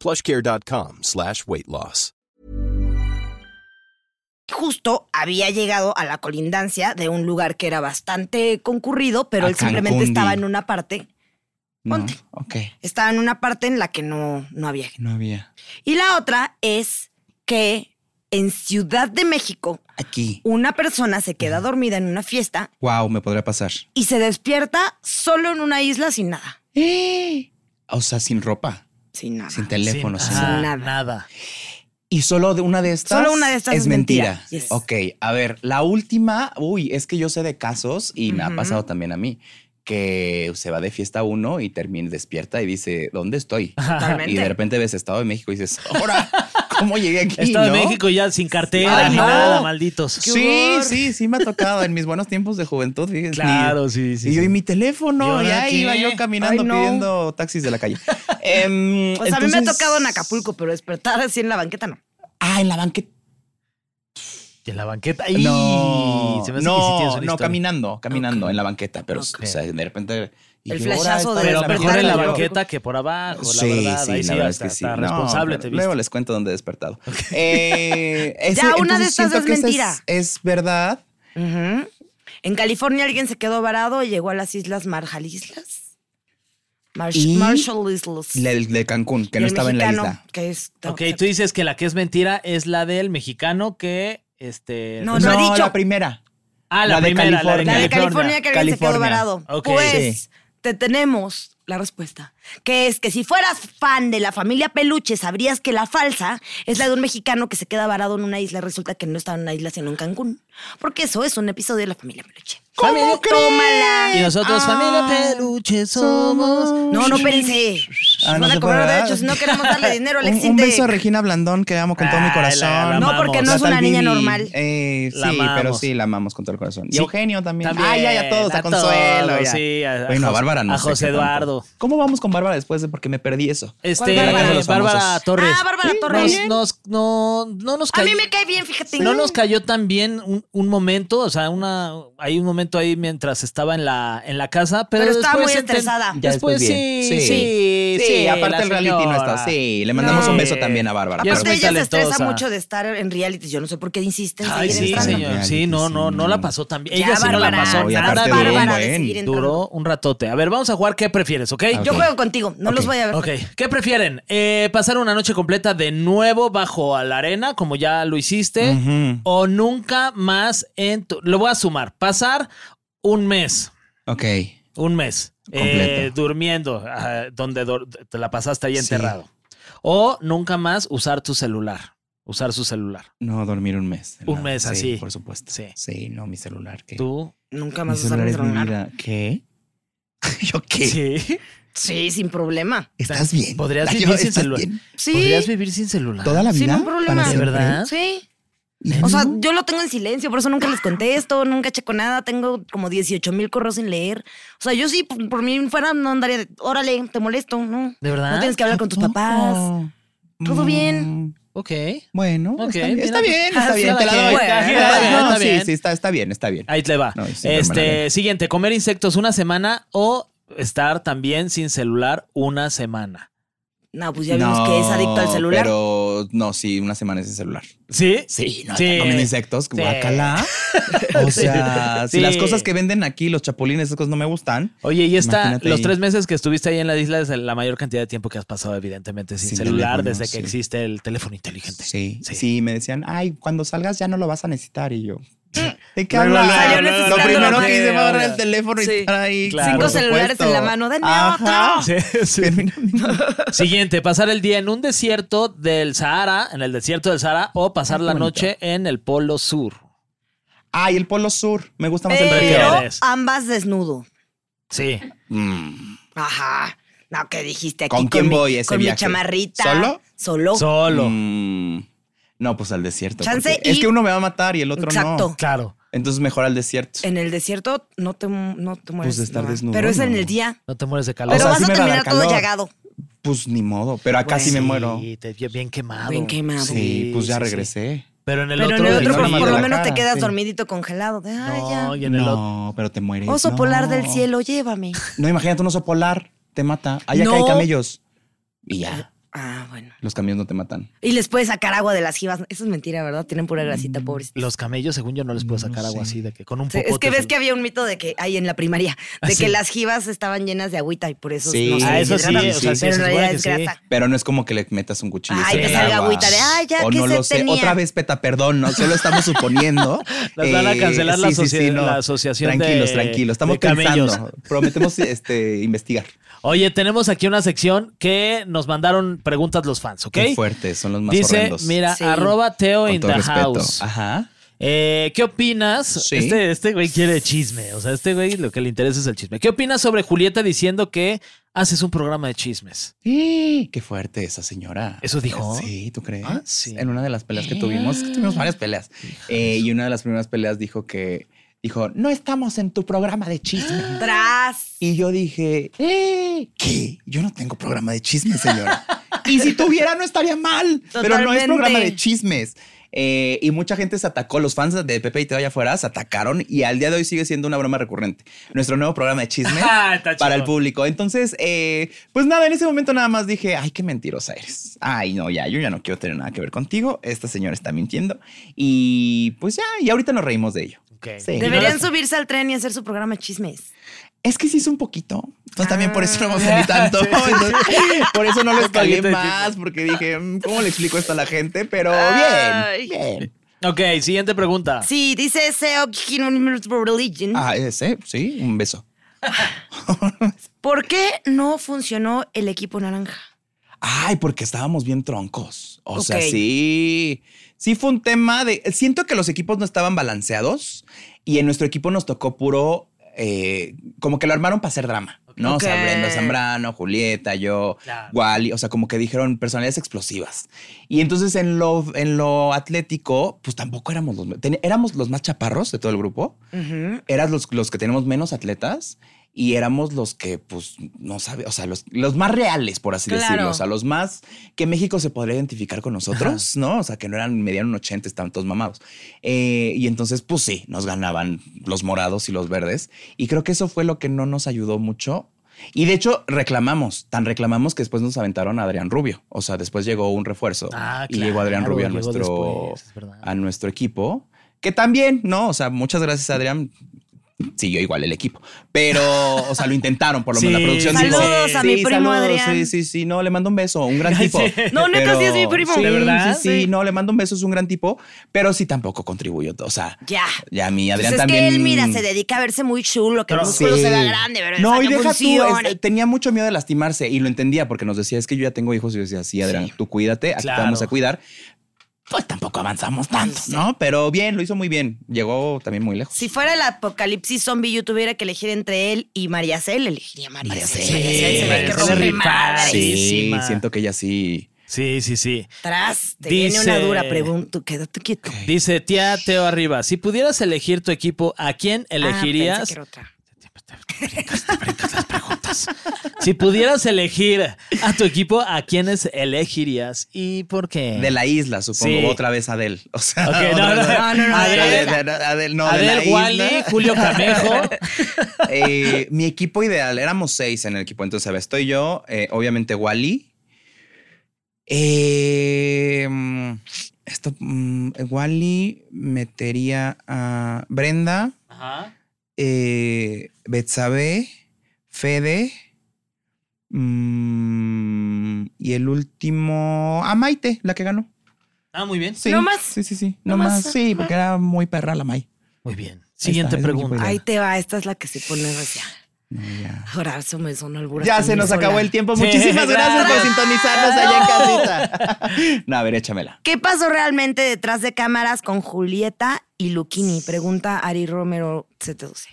Speaker 1: plushcare.com slash weight loss.
Speaker 3: justo había llegado a la colindancia de un lugar que era bastante concurrido, pero
Speaker 4: A
Speaker 3: él simplemente
Speaker 4: Cancún,
Speaker 3: estaba
Speaker 4: di.
Speaker 3: en una parte,
Speaker 4: No.
Speaker 3: Ponte.
Speaker 4: Ok.
Speaker 3: estaba en una parte en la que no, no había gente.
Speaker 4: No había.
Speaker 3: Y la otra es que en Ciudad de México
Speaker 4: Aquí.
Speaker 3: una persona se queda dormida en una fiesta
Speaker 4: Wow, me podría pasar.
Speaker 3: y se despierta solo en una isla sin nada, ¡Eh!
Speaker 4: O sea, sin ropa,
Speaker 3: sin nada.
Speaker 4: sin teléfono, sin,
Speaker 5: Sin- ah,
Speaker 3: nada.
Speaker 5: nada.
Speaker 4: Y solo de una de estas.
Speaker 3: Solo una de estas
Speaker 4: es
Speaker 3: es
Speaker 4: mentira.
Speaker 3: mentira. Yes.
Speaker 4: Ok, a ver, la última, uy, es que yo sé de casos y me ha pasado también a mí que se va de fiesta uno y termina despierta y dice, ¿dónde estoy?
Speaker 3: Totalmente.
Speaker 4: Y de repente ves Estado de México y dices, ahora, ¿cómo llegué aquí?
Speaker 5: Estado
Speaker 4: no?
Speaker 5: de México ya sin cartera
Speaker 4: Ay,
Speaker 5: ni
Speaker 4: no.
Speaker 5: nada, malditos.
Speaker 3: ¡Qué
Speaker 4: Sí,
Speaker 3: horror!
Speaker 4: sí, sí me ha tocado en mis buenos tiempos de juventud. fíjense.
Speaker 5: Claro, sí, sí,
Speaker 4: Y yo
Speaker 5: sí.
Speaker 4: y mi
Speaker 5: ¿Y
Speaker 4: teléfono,
Speaker 5: ahora
Speaker 4: ya
Speaker 5: qué?
Speaker 4: iba yo caminando
Speaker 3: Ay, no.
Speaker 4: pidiendo taxis de la calle. Em,
Speaker 3: O sea, a mí me ha
Speaker 4: entonces-
Speaker 3: tocado en Acapulco, pero despertar así en la banqueta no.
Speaker 4: Ah, en la banqueta.
Speaker 5: Y en la banqueta. ¡Ay!
Speaker 4: no,
Speaker 5: Se me hace que sí tienes
Speaker 4: no,
Speaker 5: una
Speaker 4: no,
Speaker 5: historia.
Speaker 4: caminando, caminando en la banqueta, pero o sea, de repente y
Speaker 3: El
Speaker 4: yo, ahora,
Speaker 3: flashazo
Speaker 4: esta
Speaker 3: de
Speaker 4: vez
Speaker 5: Pero
Speaker 3: la
Speaker 5: mejor en la
Speaker 3: verdad, yo-
Speaker 5: banqueta que por abajo,
Speaker 4: Sí,
Speaker 5: la verdad.
Speaker 4: sí,
Speaker 5: Ahí
Speaker 4: la
Speaker 5: sí,
Speaker 4: verdad
Speaker 5: hasta,
Speaker 4: es que sí.
Speaker 5: hasta
Speaker 4: No,
Speaker 5: responsable
Speaker 4: pero
Speaker 5: te
Speaker 4: Luego
Speaker 5: viste.
Speaker 4: les cuento dónde he despertado. Eh, ese,
Speaker 3: una de
Speaker 4: entonces
Speaker 3: estas
Speaker 4: siento
Speaker 3: es
Speaker 4: que ese
Speaker 3: mentira.
Speaker 4: Es, verdad.
Speaker 3: Ujú. En California alguien se quedó varado y llegó a las islas Marjalislas. Marsh-
Speaker 4: Y-
Speaker 3: Marshall Islas.
Speaker 4: La del- de Cancún, que
Speaker 3: Y
Speaker 4: no
Speaker 3: el
Speaker 4: estaba en la
Speaker 3: mexicano,
Speaker 4: isla.
Speaker 3: que es-
Speaker 5: Ok, tú dices que la que es mentira es la del mexicano que este.
Speaker 3: No, no he dicho.
Speaker 4: la primera.
Speaker 5: ah,
Speaker 4: la
Speaker 5: la,
Speaker 4: de
Speaker 5: primera, la de
Speaker 4: California.
Speaker 3: La de
Speaker 5: California.
Speaker 3: California que alguien se quedó
Speaker 4: California.
Speaker 3: varado.
Speaker 5: Ok.
Speaker 3: Pues
Speaker 4: Sí.
Speaker 3: te tenemos la respuesta. Que es que si fueras fan de la familia Peluche, sabrías que la falsa es la de un mexicano que se queda varado en una isla. Resulta que no estaba en una isla, sino en Cancún. Porque eso es un episodio de la familia Peluche.
Speaker 5: Familia-
Speaker 3: ¡Tómala! Ah.
Speaker 5: Y nosotros, familia peluche, somos.
Speaker 3: No, no, espérense. Nos van a
Speaker 4: Ah, no se puede,
Speaker 3: cobrar
Speaker 4: ¿verdad?
Speaker 3: de hecho si no queremos darle dinero al
Speaker 4: Un,
Speaker 3: ex
Speaker 4: un
Speaker 3: de-
Speaker 4: beso a Regina Blandón, que amo con todo mi
Speaker 5: Ay, Ah, la-
Speaker 4: corazón.
Speaker 5: la
Speaker 3: No, porque no es
Speaker 5: amamos.
Speaker 3: una
Speaker 4: tal
Speaker 3: niña
Speaker 4: Bibi.
Speaker 3: normal.
Speaker 4: Eh,
Speaker 5: La
Speaker 4: sí, pero
Speaker 5: amamos.
Speaker 4: sí, la amamos con todo el corazón. Y
Speaker 5: Sí,
Speaker 4: Eugenio también.
Speaker 5: también,
Speaker 4: Ay, ay, a todos, a,
Speaker 5: a
Speaker 4: Consuelo.
Speaker 5: todos,
Speaker 4: ya.
Speaker 5: sí, a- a
Speaker 4: bueno, a
Speaker 5: Jos-
Speaker 4: Bárbara no
Speaker 5: a
Speaker 4: sé
Speaker 5: José
Speaker 4: qué tanto.
Speaker 5: Eduardo.
Speaker 4: ¿Cómo vamos con Bárbara después de porque me perdí eso?
Speaker 5: Este,
Speaker 3: ¿Cuál Bárbara?
Speaker 5: Bárbara,
Speaker 4: Famosos.
Speaker 5: Torres.
Speaker 3: Ah, Bárbara Torres.
Speaker 5: Nos, nos- no, no nos
Speaker 3: A
Speaker 5: cayó.
Speaker 3: mí me cae bien, fíjate.
Speaker 5: No nos cayó tan bien un, un momento, o sea, una, hay un momento ahí mientras estaba en la, en la casa, pero,
Speaker 3: Pero estaba
Speaker 5: después
Speaker 3: muy
Speaker 5: enten-
Speaker 3: estresada.
Speaker 4: Ya después
Speaker 5: Después, sí,
Speaker 4: bien.
Speaker 5: sí,
Speaker 4: Sí.
Speaker 5: sí,
Speaker 4: Sí, aparte
Speaker 5: la
Speaker 4: el reality no
Speaker 5: señora.
Speaker 4: está. Sí, le mandamos
Speaker 3: No.
Speaker 4: un beso también a Bárbara.
Speaker 5: Ya
Speaker 4: pero- pues
Speaker 5: es
Speaker 3: Aparte,
Speaker 5: muy
Speaker 3: ella se estresa
Speaker 5: talentosa.
Speaker 3: mucho de estar en reality. Yo no sé por qué insiste en
Speaker 5: Ay,
Speaker 3: seguir
Speaker 5: sí,
Speaker 3: entrando.
Speaker 5: señor. Sí, no, no, no la pasó tan bien.
Speaker 3: Ya,
Speaker 5: Ella sí no la
Speaker 3: Bárbara.
Speaker 5: pasó
Speaker 4: No, y
Speaker 5: nada
Speaker 4: aparte
Speaker 5: bien.
Speaker 4: duró un
Speaker 3: Bárbara de
Speaker 4: buen.
Speaker 3: seguir entrando.
Speaker 5: Duró un ratote. A ver, vamos a jugar qué prefieres, ¿ok?
Speaker 3: Yo
Speaker 4: Ok.
Speaker 3: juego contigo, no los
Speaker 4: Ok,
Speaker 3: voy a ver.
Speaker 5: Ok, ¿qué prefieren? Eh, ¿Pasar una noche completa de nuevo bajo a la arena, como ya lo hiciste?
Speaker 4: Ujú.
Speaker 5: ¿O nunca más en tu... Lo voy a sumar. Pasar un mes,
Speaker 4: Ok.
Speaker 5: un mes,
Speaker 4: Completo.
Speaker 5: eh, durmiendo, ah, donde dor- te la pasaste ahí
Speaker 4: Sí.
Speaker 5: enterrado. O nunca más usar tu celular. usar su celular.
Speaker 4: No, dormir un mes.
Speaker 5: Un mes
Speaker 4: Sí,
Speaker 5: así.
Speaker 4: Por supuesto.
Speaker 5: Sí.
Speaker 4: Sí, no, mi celular. ¿qué?
Speaker 5: ¿Tú?
Speaker 3: Nunca
Speaker 4: Mi
Speaker 3: más usar
Speaker 4: celular
Speaker 3: mi
Speaker 4: es mi
Speaker 3: celular.
Speaker 4: vida. ¿Qué? ¿Yo qué?
Speaker 5: Sí.
Speaker 3: Sí, sin problema.
Speaker 4: ¿Estás bien?
Speaker 5: Podrías
Speaker 4: Layo,
Speaker 5: vivir sin
Speaker 4: ¿estás
Speaker 5: celular.
Speaker 4: bien?
Speaker 3: Sí.
Speaker 5: ¿Podrías vivir sin celular?
Speaker 4: ¿Toda la vida?
Speaker 3: Sin un problema.
Speaker 4: ¿Para
Speaker 5: ¿De
Speaker 4: siempre?
Speaker 5: verdad?
Speaker 3: Sí.
Speaker 4: ¿Y
Speaker 3: O sea,
Speaker 4: luego?
Speaker 3: yo lo tengo en silencio, por eso nunca les contesto, nunca checo nada, tengo como 18 mil correos sin leer. O sea, yo sí, por, por mí fuera, no andaría, de, órale, te molesto, ¿no?
Speaker 5: ¿De verdad?
Speaker 3: No tienes que hablar con tus
Speaker 4: Tampoco.
Speaker 3: papás. Todo
Speaker 4: Mm,
Speaker 3: bien.
Speaker 5: Ok.
Speaker 4: Bueno,
Speaker 5: Ok,
Speaker 4: está bien,
Speaker 5: mira,
Speaker 4: está
Speaker 5: pues,
Speaker 4: bien,
Speaker 5: cada
Speaker 4: está bien, te la
Speaker 5: quien.
Speaker 4: doy.
Speaker 5: Bueno,
Speaker 4: Está
Speaker 5: está bien,
Speaker 4: bien,
Speaker 5: está
Speaker 4: no,
Speaker 5: bien.
Speaker 4: sí, sí, está, está bien, está bien.
Speaker 5: Ahí te va.
Speaker 4: No, sí, pero me la
Speaker 5: este,
Speaker 4: doy.
Speaker 5: siguiente, comer insectos una semana o estar también sin celular una semana.
Speaker 3: No, pues ya vimos que es adicto al celular.
Speaker 4: Pero no, sí, una semana sin celular.
Speaker 5: ¿Sí?
Speaker 4: Sí, no,
Speaker 5: Sí.
Speaker 4: ya comen insectos,
Speaker 5: Sí.
Speaker 4: guácala. O sea,
Speaker 5: Sí.
Speaker 4: si las cosas que venden aquí, los chapulines, esas cosas no me gustan.
Speaker 5: Oye, y esta,
Speaker 4: Imagínate
Speaker 5: los
Speaker 4: ahí.
Speaker 5: tres meses que estuviste ahí en la isla es la mayor cantidad de tiempo que has pasado, evidentemente, sin,
Speaker 4: Sin
Speaker 5: celular,
Speaker 4: teléfono,
Speaker 5: desde que
Speaker 4: sí.
Speaker 5: existe el teléfono inteligente.
Speaker 4: Sí,
Speaker 5: Sí.
Speaker 4: sí, me decían, ay, cuando salgas ya no lo vas a necesitar. Y yo, ¿de qué
Speaker 5: Luego,
Speaker 4: hablas?
Speaker 5: luego,
Speaker 3: luego,
Speaker 4: lo
Speaker 3: luego,
Speaker 4: primero
Speaker 3: luego.
Speaker 4: que hice fue agarrar
Speaker 5: Sí.
Speaker 4: el teléfono y
Speaker 3: Sí.
Speaker 4: estar ahí.
Speaker 5: Claro.
Speaker 3: Cinco
Speaker 5: por
Speaker 3: celulares en la mano. ¡Denme
Speaker 4: Ajá.
Speaker 3: otro!
Speaker 5: Sí, Ah. sí.
Speaker 4: Terminamos.
Speaker 5: Siguiente, pasar el día en un desierto del Sahara, en el desierto del Sahara, o pasar
Speaker 4: Ay, qué
Speaker 5: la
Speaker 4: bonito.
Speaker 5: noche en el Polo Sur.
Speaker 4: Ay, el Polo Sur. Me gusta más el
Speaker 5: ¿qué
Speaker 3: Pero
Speaker 4: Polo.
Speaker 5: eres?
Speaker 3: ambas desnudo.
Speaker 5: Sí.
Speaker 4: Mm.
Speaker 3: Ajá. No, ¿qué dijiste aquí?
Speaker 4: ¿Con quién
Speaker 3: mi-
Speaker 4: voy a ese
Speaker 3: Con mi
Speaker 4: viaje?
Speaker 3: chamarrita.
Speaker 4: ¿Solo?
Speaker 3: Solo.
Speaker 5: Solo.
Speaker 4: Mm, no, pues al desierto.
Speaker 3: Chance
Speaker 4: porque Es
Speaker 3: y-
Speaker 4: que uno me va a matar y el otro
Speaker 3: Exacto.
Speaker 4: no.
Speaker 5: Claro.
Speaker 4: Entonces mejor al desierto.
Speaker 3: En el desierto no te, no te mueres.
Speaker 4: Pues de estar
Speaker 3: no.
Speaker 4: desnudo,
Speaker 3: Pero es en
Speaker 4: no.
Speaker 3: el día.
Speaker 5: No te mueres de calor.
Speaker 3: Pero
Speaker 4: O
Speaker 3: vas
Speaker 4: sea, sí
Speaker 3: a
Speaker 4: me va a dar
Speaker 3: terminar todo
Speaker 4: calor.
Speaker 3: llagado.
Speaker 4: Pues ni modo. Pero acá
Speaker 3: Bueno.
Speaker 4: sí me muero.
Speaker 5: Pues Sí, te vio bien quemado.
Speaker 3: Bien quemado.
Speaker 4: Sí, pues ya
Speaker 5: sí, sí.
Speaker 4: regresé.
Speaker 5: Pero en el
Speaker 3: Pero en
Speaker 5: otro,
Speaker 3: el
Speaker 5: del
Speaker 3: otro, por,
Speaker 4: frío.
Speaker 3: por
Speaker 5: frío.
Speaker 3: lo
Speaker 4: La
Speaker 3: menos te
Speaker 4: cara,
Speaker 3: quedas
Speaker 4: sí.
Speaker 3: dormidito congelado. De, ay,
Speaker 5: No, y
Speaker 3: ya.
Speaker 5: en el otro.
Speaker 4: No, pero te mueres.
Speaker 3: Oso
Speaker 4: no.
Speaker 3: polar del cielo, llévame.
Speaker 4: No, imagínate un oso polar. Te mata. Allá acá
Speaker 3: No.
Speaker 4: hay camellos. Y ya.
Speaker 3: Ah, bueno.
Speaker 4: Los camellos no te matan.
Speaker 3: Y les puedes sacar agua de las jivas. Eso es mentira, ¿verdad? Tienen pura grasita, pobres.
Speaker 5: Mm, Los camellos, según yo, no les puedo sacar agua así de que con un poco.
Speaker 3: Es que ves que había un mito de que hay en la primaria, de
Speaker 5: Ah, sí.
Speaker 3: que las jivas estaban llenas de agüita y por eso
Speaker 4: Sí.
Speaker 3: no se
Speaker 4: Ah, eso
Speaker 5: sí,
Speaker 3: deshidrataban.
Speaker 5: o sea, sí,
Speaker 3: Pero en
Speaker 5: se supone
Speaker 3: realidad
Speaker 5: que
Speaker 3: es
Speaker 5: sí.
Speaker 3: grasa.
Speaker 4: Pero no es como que le metas un cuchillo. y
Speaker 3: Ay,
Speaker 4: se
Speaker 5: que
Speaker 4: le
Speaker 5: salga
Speaker 4: agua.
Speaker 3: agüita de, ay, ya,
Speaker 4: O
Speaker 3: ¿qué
Speaker 4: no
Speaker 3: se
Speaker 4: lo sé.
Speaker 3: tenía?
Speaker 4: Otra vez, Peta, perdón. No se lo estamos suponiendo. eh,
Speaker 5: Nos van a cancelar la asoci- la asociación
Speaker 4: Tranquilos,
Speaker 5: de-
Speaker 4: tranquilos. Estamos
Speaker 5: de camellos.
Speaker 4: pensando. Prometemos este, investigar.
Speaker 5: Oye, tenemos aquí una sección que nos mandaron preguntas los fans, ¿ok?
Speaker 4: Qué fuertes. Son los más
Speaker 5: Dice,
Speaker 4: horrendos.
Speaker 5: mira,
Speaker 3: Sí.
Speaker 5: arroba Teo
Speaker 4: Con
Speaker 5: in
Speaker 4: todo
Speaker 5: the
Speaker 4: respeto.
Speaker 5: house.
Speaker 4: Ajá.
Speaker 5: Eh, ¿Qué opinas?
Speaker 4: Sí.
Speaker 5: Este, este güey quiere chisme. O sea, este güey lo que le interesa es el chisme. ¿Qué opinas sobre Julieta diciendo que haces un programa de chismes?
Speaker 4: Sí, Qué fuerte esa señora.
Speaker 5: ¿Eso dijo?
Speaker 4: Sí, ¿tú crees?
Speaker 5: Ah, sí.
Speaker 4: En una de las peleas que tuvimos, que tuvimos varias peleas. eh, y una de las primeras peleas dijo que dijo, no estamos en tu programa de chisme.
Speaker 3: Tras.
Speaker 4: Y yo dije, "Eh, ¿qué? Yo no tengo programa de chismes, señora. y si tuviera, no estaría mal. Pero no es
Speaker 3: Totalmente.
Speaker 4: programa de chismes. Eh, y mucha gente se atacó, los fans de Pepe y Teo allá afuera se atacaron y al día de hoy sigue siendo una broma recurrente. Nuestro nuevo programa de chismes
Speaker 5: Ah, está chido.
Speaker 4: para el público. Entonces, eh, pues nada, en ese momento nada más dije, ay, qué mentirosa eres. Ay, no, ya, yo ya no quiero tener nada que ver contigo. Esta señora está mintiendo. Y pues ya, y ahorita nos reímos de ello.
Speaker 5: Ok.
Speaker 4: Sí.
Speaker 5: Y no
Speaker 3: Deberían
Speaker 5: las-
Speaker 3: subirse al tren y hacer su programa de chismes.
Speaker 4: Es que sí hizo un poquito. Entonces también por eso no me salí tanto. Entonces, por eso no lo escalé
Speaker 5: poquito de
Speaker 4: más, porque dije, "Mm, ¿cómo le explico esto a la gente? Pero
Speaker 3: Ay.
Speaker 4: Oh, bien, bien.
Speaker 5: Ok, siguiente pregunta.
Speaker 3: Sí, dice Seo Kingdom Religion.
Speaker 4: Ah, ese, sí, un beso.
Speaker 3: ¿Por qué no funcionó el equipo naranja?
Speaker 4: Ay, porque estábamos bien troncos. O sea,
Speaker 3: Ok.
Speaker 4: sí. Sí fue un tema de... Siento que los equipos no estaban balanceados y en nuestro equipo nos tocó puro... eh, como que lo armaron para hacer drama, ¿no? O sea,
Speaker 3: Ok.
Speaker 4: Brenda Zambrano, Julieta, yo,
Speaker 5: Claro.
Speaker 4: Wally, o sea, como que dijeron personalidades explosivas. Y entonces en lo, en lo atlético, pues tampoco éramos los... ten- éramos los más chaparros de todo el grupo
Speaker 3: Ujú.
Speaker 4: eras los, los que tenemos menos atletas y éramos los que, pues, no sabe, o sea, los, los más reales, por así
Speaker 3: Claro.
Speaker 4: decirlo, o sea, los más que México se podría identificar con nosotros, ¿no? O sea, que no eran medianos 80, estaban todos mamados. Eh, y entonces, pues sí, nos ganaban los morados y los verdes. Y creo que eso fue lo que no nos ayudó mucho. Y de hecho, reclamamos, tan reclamamos que después nos aventaron a Adrián Rubio. O sea, después llegó un refuerzo
Speaker 5: Ah,
Speaker 4: y llegó Adrián
Speaker 5: claro,
Speaker 4: Rubio a
Speaker 5: llegó
Speaker 4: nuestro,
Speaker 5: después, es verdad.
Speaker 4: a nuestro equipo, que también, ¿no? O sea, muchas gracias, Adrián. Siguió igual el equipo, pero, o sea, lo intentaron por lo menos.
Speaker 5: Sí,
Speaker 4: La producción
Speaker 3: saludos
Speaker 4: dijo,
Speaker 3: a mi primo Adrián.
Speaker 4: Sí, sí, sí, no, le mando un beso, un gran tipo.
Speaker 3: No, neta, sí es mi primo.
Speaker 4: Sí,
Speaker 5: ¿De verdad?
Speaker 4: Sí, sí, no, le mando un beso, es un gran tipo, pero sí tampoco contribuyó. O sea,
Speaker 3: Ya.
Speaker 4: ya a mí,
Speaker 3: Pues
Speaker 4: Adrián
Speaker 3: es que
Speaker 4: también.
Speaker 3: él, mira, se dedica a verse muy chulo, que el
Speaker 5: Pero-
Speaker 3: músculo
Speaker 4: Sí.
Speaker 3: se vea grande, pero
Speaker 4: No,
Speaker 3: esa
Speaker 4: y deja tú,
Speaker 3: funciona.
Speaker 4: este, tenía mucho miedo de lastimarse y lo entendía porque nos decía, es que yo ya tengo hijos y yo decía, sí, Adrián, tú cuídate, aquí
Speaker 5: Claro.
Speaker 4: te vamos a cuidar. pues tampoco avanzamos tanto, ¿no? Pero bien, lo hizo muy bien. Llegó también muy lejos.
Speaker 3: Si fuera el apocalipsis zombie, yo tuviera que elegir entre él y María Cel, elegiría a María,
Speaker 4: María
Speaker 3: Cel.
Speaker 4: Cel.
Speaker 3: María Cel se ve que
Speaker 5: María Cel es
Speaker 3: rompe
Speaker 5: ripada.
Speaker 3: madres.
Speaker 5: Sí.
Speaker 4: Sí,
Speaker 5: Buenísima.
Speaker 4: siento que ella sí.
Speaker 5: Sí, sí, sí.
Speaker 3: Tras, te viene
Speaker 5: Dice-
Speaker 3: una dura pregunta, quédate quieto.
Speaker 5: Dice tía Teo Arriba, si pudieras elegir tu equipo, ¿a quién
Speaker 3: Ah, pensé
Speaker 5: elegirías?
Speaker 3: que era otra.
Speaker 5: si pudieras elegir a tu equipo, ¿a quiénes elegirías y por qué?
Speaker 4: De la isla, supongo.
Speaker 5: Sí.
Speaker 4: Otra vez Adel. O sea,
Speaker 5: Ok, no,
Speaker 4: otra
Speaker 5: no,
Speaker 4: vez-
Speaker 5: no, no, no,
Speaker 4: Adele,
Speaker 5: Adele.
Speaker 4: Adele, Adele, no, de la
Speaker 5: Adel
Speaker 4: isla.
Speaker 5: Wally, Julio Camejo.
Speaker 4: Eh, mi equipo ideal, éramos seis en el equipo. Entonces, a ver, estoy yo, eh, obviamente Wally. Eh, mm, esto, mm, Wally metería a Brenda, eh, Betsabe, Fede. mm, y el último, a Maite, la que ganó.
Speaker 5: Ah, muy bien.
Speaker 4: Sí,
Speaker 3: ¿No más?
Speaker 4: Sí, sí, sí. No,
Speaker 3: ¿No
Speaker 4: más.
Speaker 3: más?
Speaker 4: Sí, porque era muy perra la Mai.
Speaker 5: Muy bien. Siguiente
Speaker 4: es mi equipo
Speaker 5: pregunta.
Speaker 4: ideal.
Speaker 3: Ahí te va, esta es la que se pone recia.
Speaker 4: No, ya.
Speaker 3: Ahora eso me sonó el
Speaker 4: Ya se nos acabó el tiempo. Muchísimas
Speaker 5: Sí,
Speaker 4: gracias por
Speaker 5: gracias.
Speaker 4: sintonizarnos allá en casita. No, a ver, échamela.
Speaker 3: ¿Qué pasó realmente detrás de cámaras con Julieta y Luquini? Pregunta Ari Romero 712.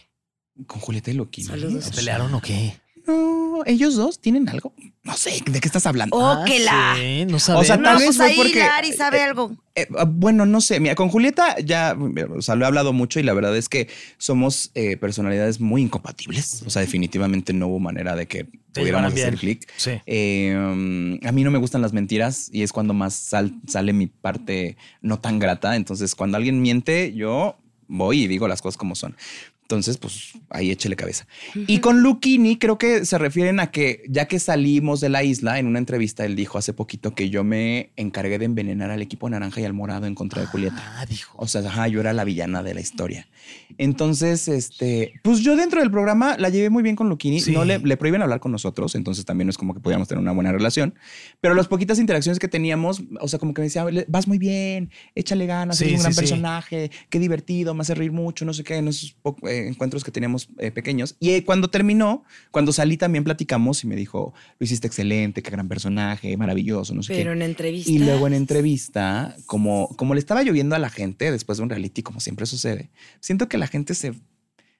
Speaker 4: Con Julieta y Loquino.
Speaker 3: Saludos.
Speaker 5: ¿Se pelearon o qué?
Speaker 4: No, ellos dos tienen algo. No sé, ¿de qué estás hablando?
Speaker 3: Oh, que la.
Speaker 5: Ah, Sí, no sabemos.
Speaker 4: O sea, tal
Speaker 3: No,
Speaker 4: vez
Speaker 3: pues
Speaker 4: fue
Speaker 3: ahí
Speaker 4: porque-
Speaker 3: la Ari sabe algo.
Speaker 4: Eh, ah, bueno, no sé. Mira, con Julieta ya, o sea, lo he hablado mucho y la verdad es que somos eh, personalidades muy incompatibles. O sea, definitivamente no hubo manera de que pudiéramos
Speaker 5: llevaran bien.
Speaker 4: hacer clic.
Speaker 5: Sí.
Speaker 4: Eh, um, a mí no me gustan las mentiras y es cuando más sal- sale mi parte no tan grata. Entonces, cuando alguien miente, yo voy y digo las cosas como son. Entonces, pues ahí échele cabeza. Y con Luquini creo que se refieren a que ya que salimos de la isla, en una entrevista él dijo hace poquito que yo me encargué de envenenar al equipo naranja y al morado en contra de Julieta.
Speaker 5: Ah, dijo.
Speaker 4: O sea, ajá, yo era la villana de la historia. Entonces, este, pues yo dentro del programa la llevé muy bien con Luquini.
Speaker 5: Sí.
Speaker 4: No le, le prohíben hablar con nosotros, entonces también no es como que podíamos tener una buena relación. Pero las poquitas interacciones que teníamos, o sea, como que me decía, "Le- vas muy bien, échale ganas,
Speaker 5: Sí,
Speaker 4: eres un
Speaker 5: sí,
Speaker 4: gran
Speaker 5: sí.
Speaker 4: personaje, qué divertido, me hace reír mucho, no sé qué, en esos po- eh, encuentros que teníamos eh, pequeños. Y eh, cuando terminó, cuando salí también platicamos y me dijo, lo hiciste excelente, qué gran personaje, maravilloso, no sé qué.
Speaker 3: Pero en entrevista.
Speaker 4: Y luego en entrevista, como, como le estaba lloviendo a la gente después de un reality, como siempre sucede, siento que la gente se,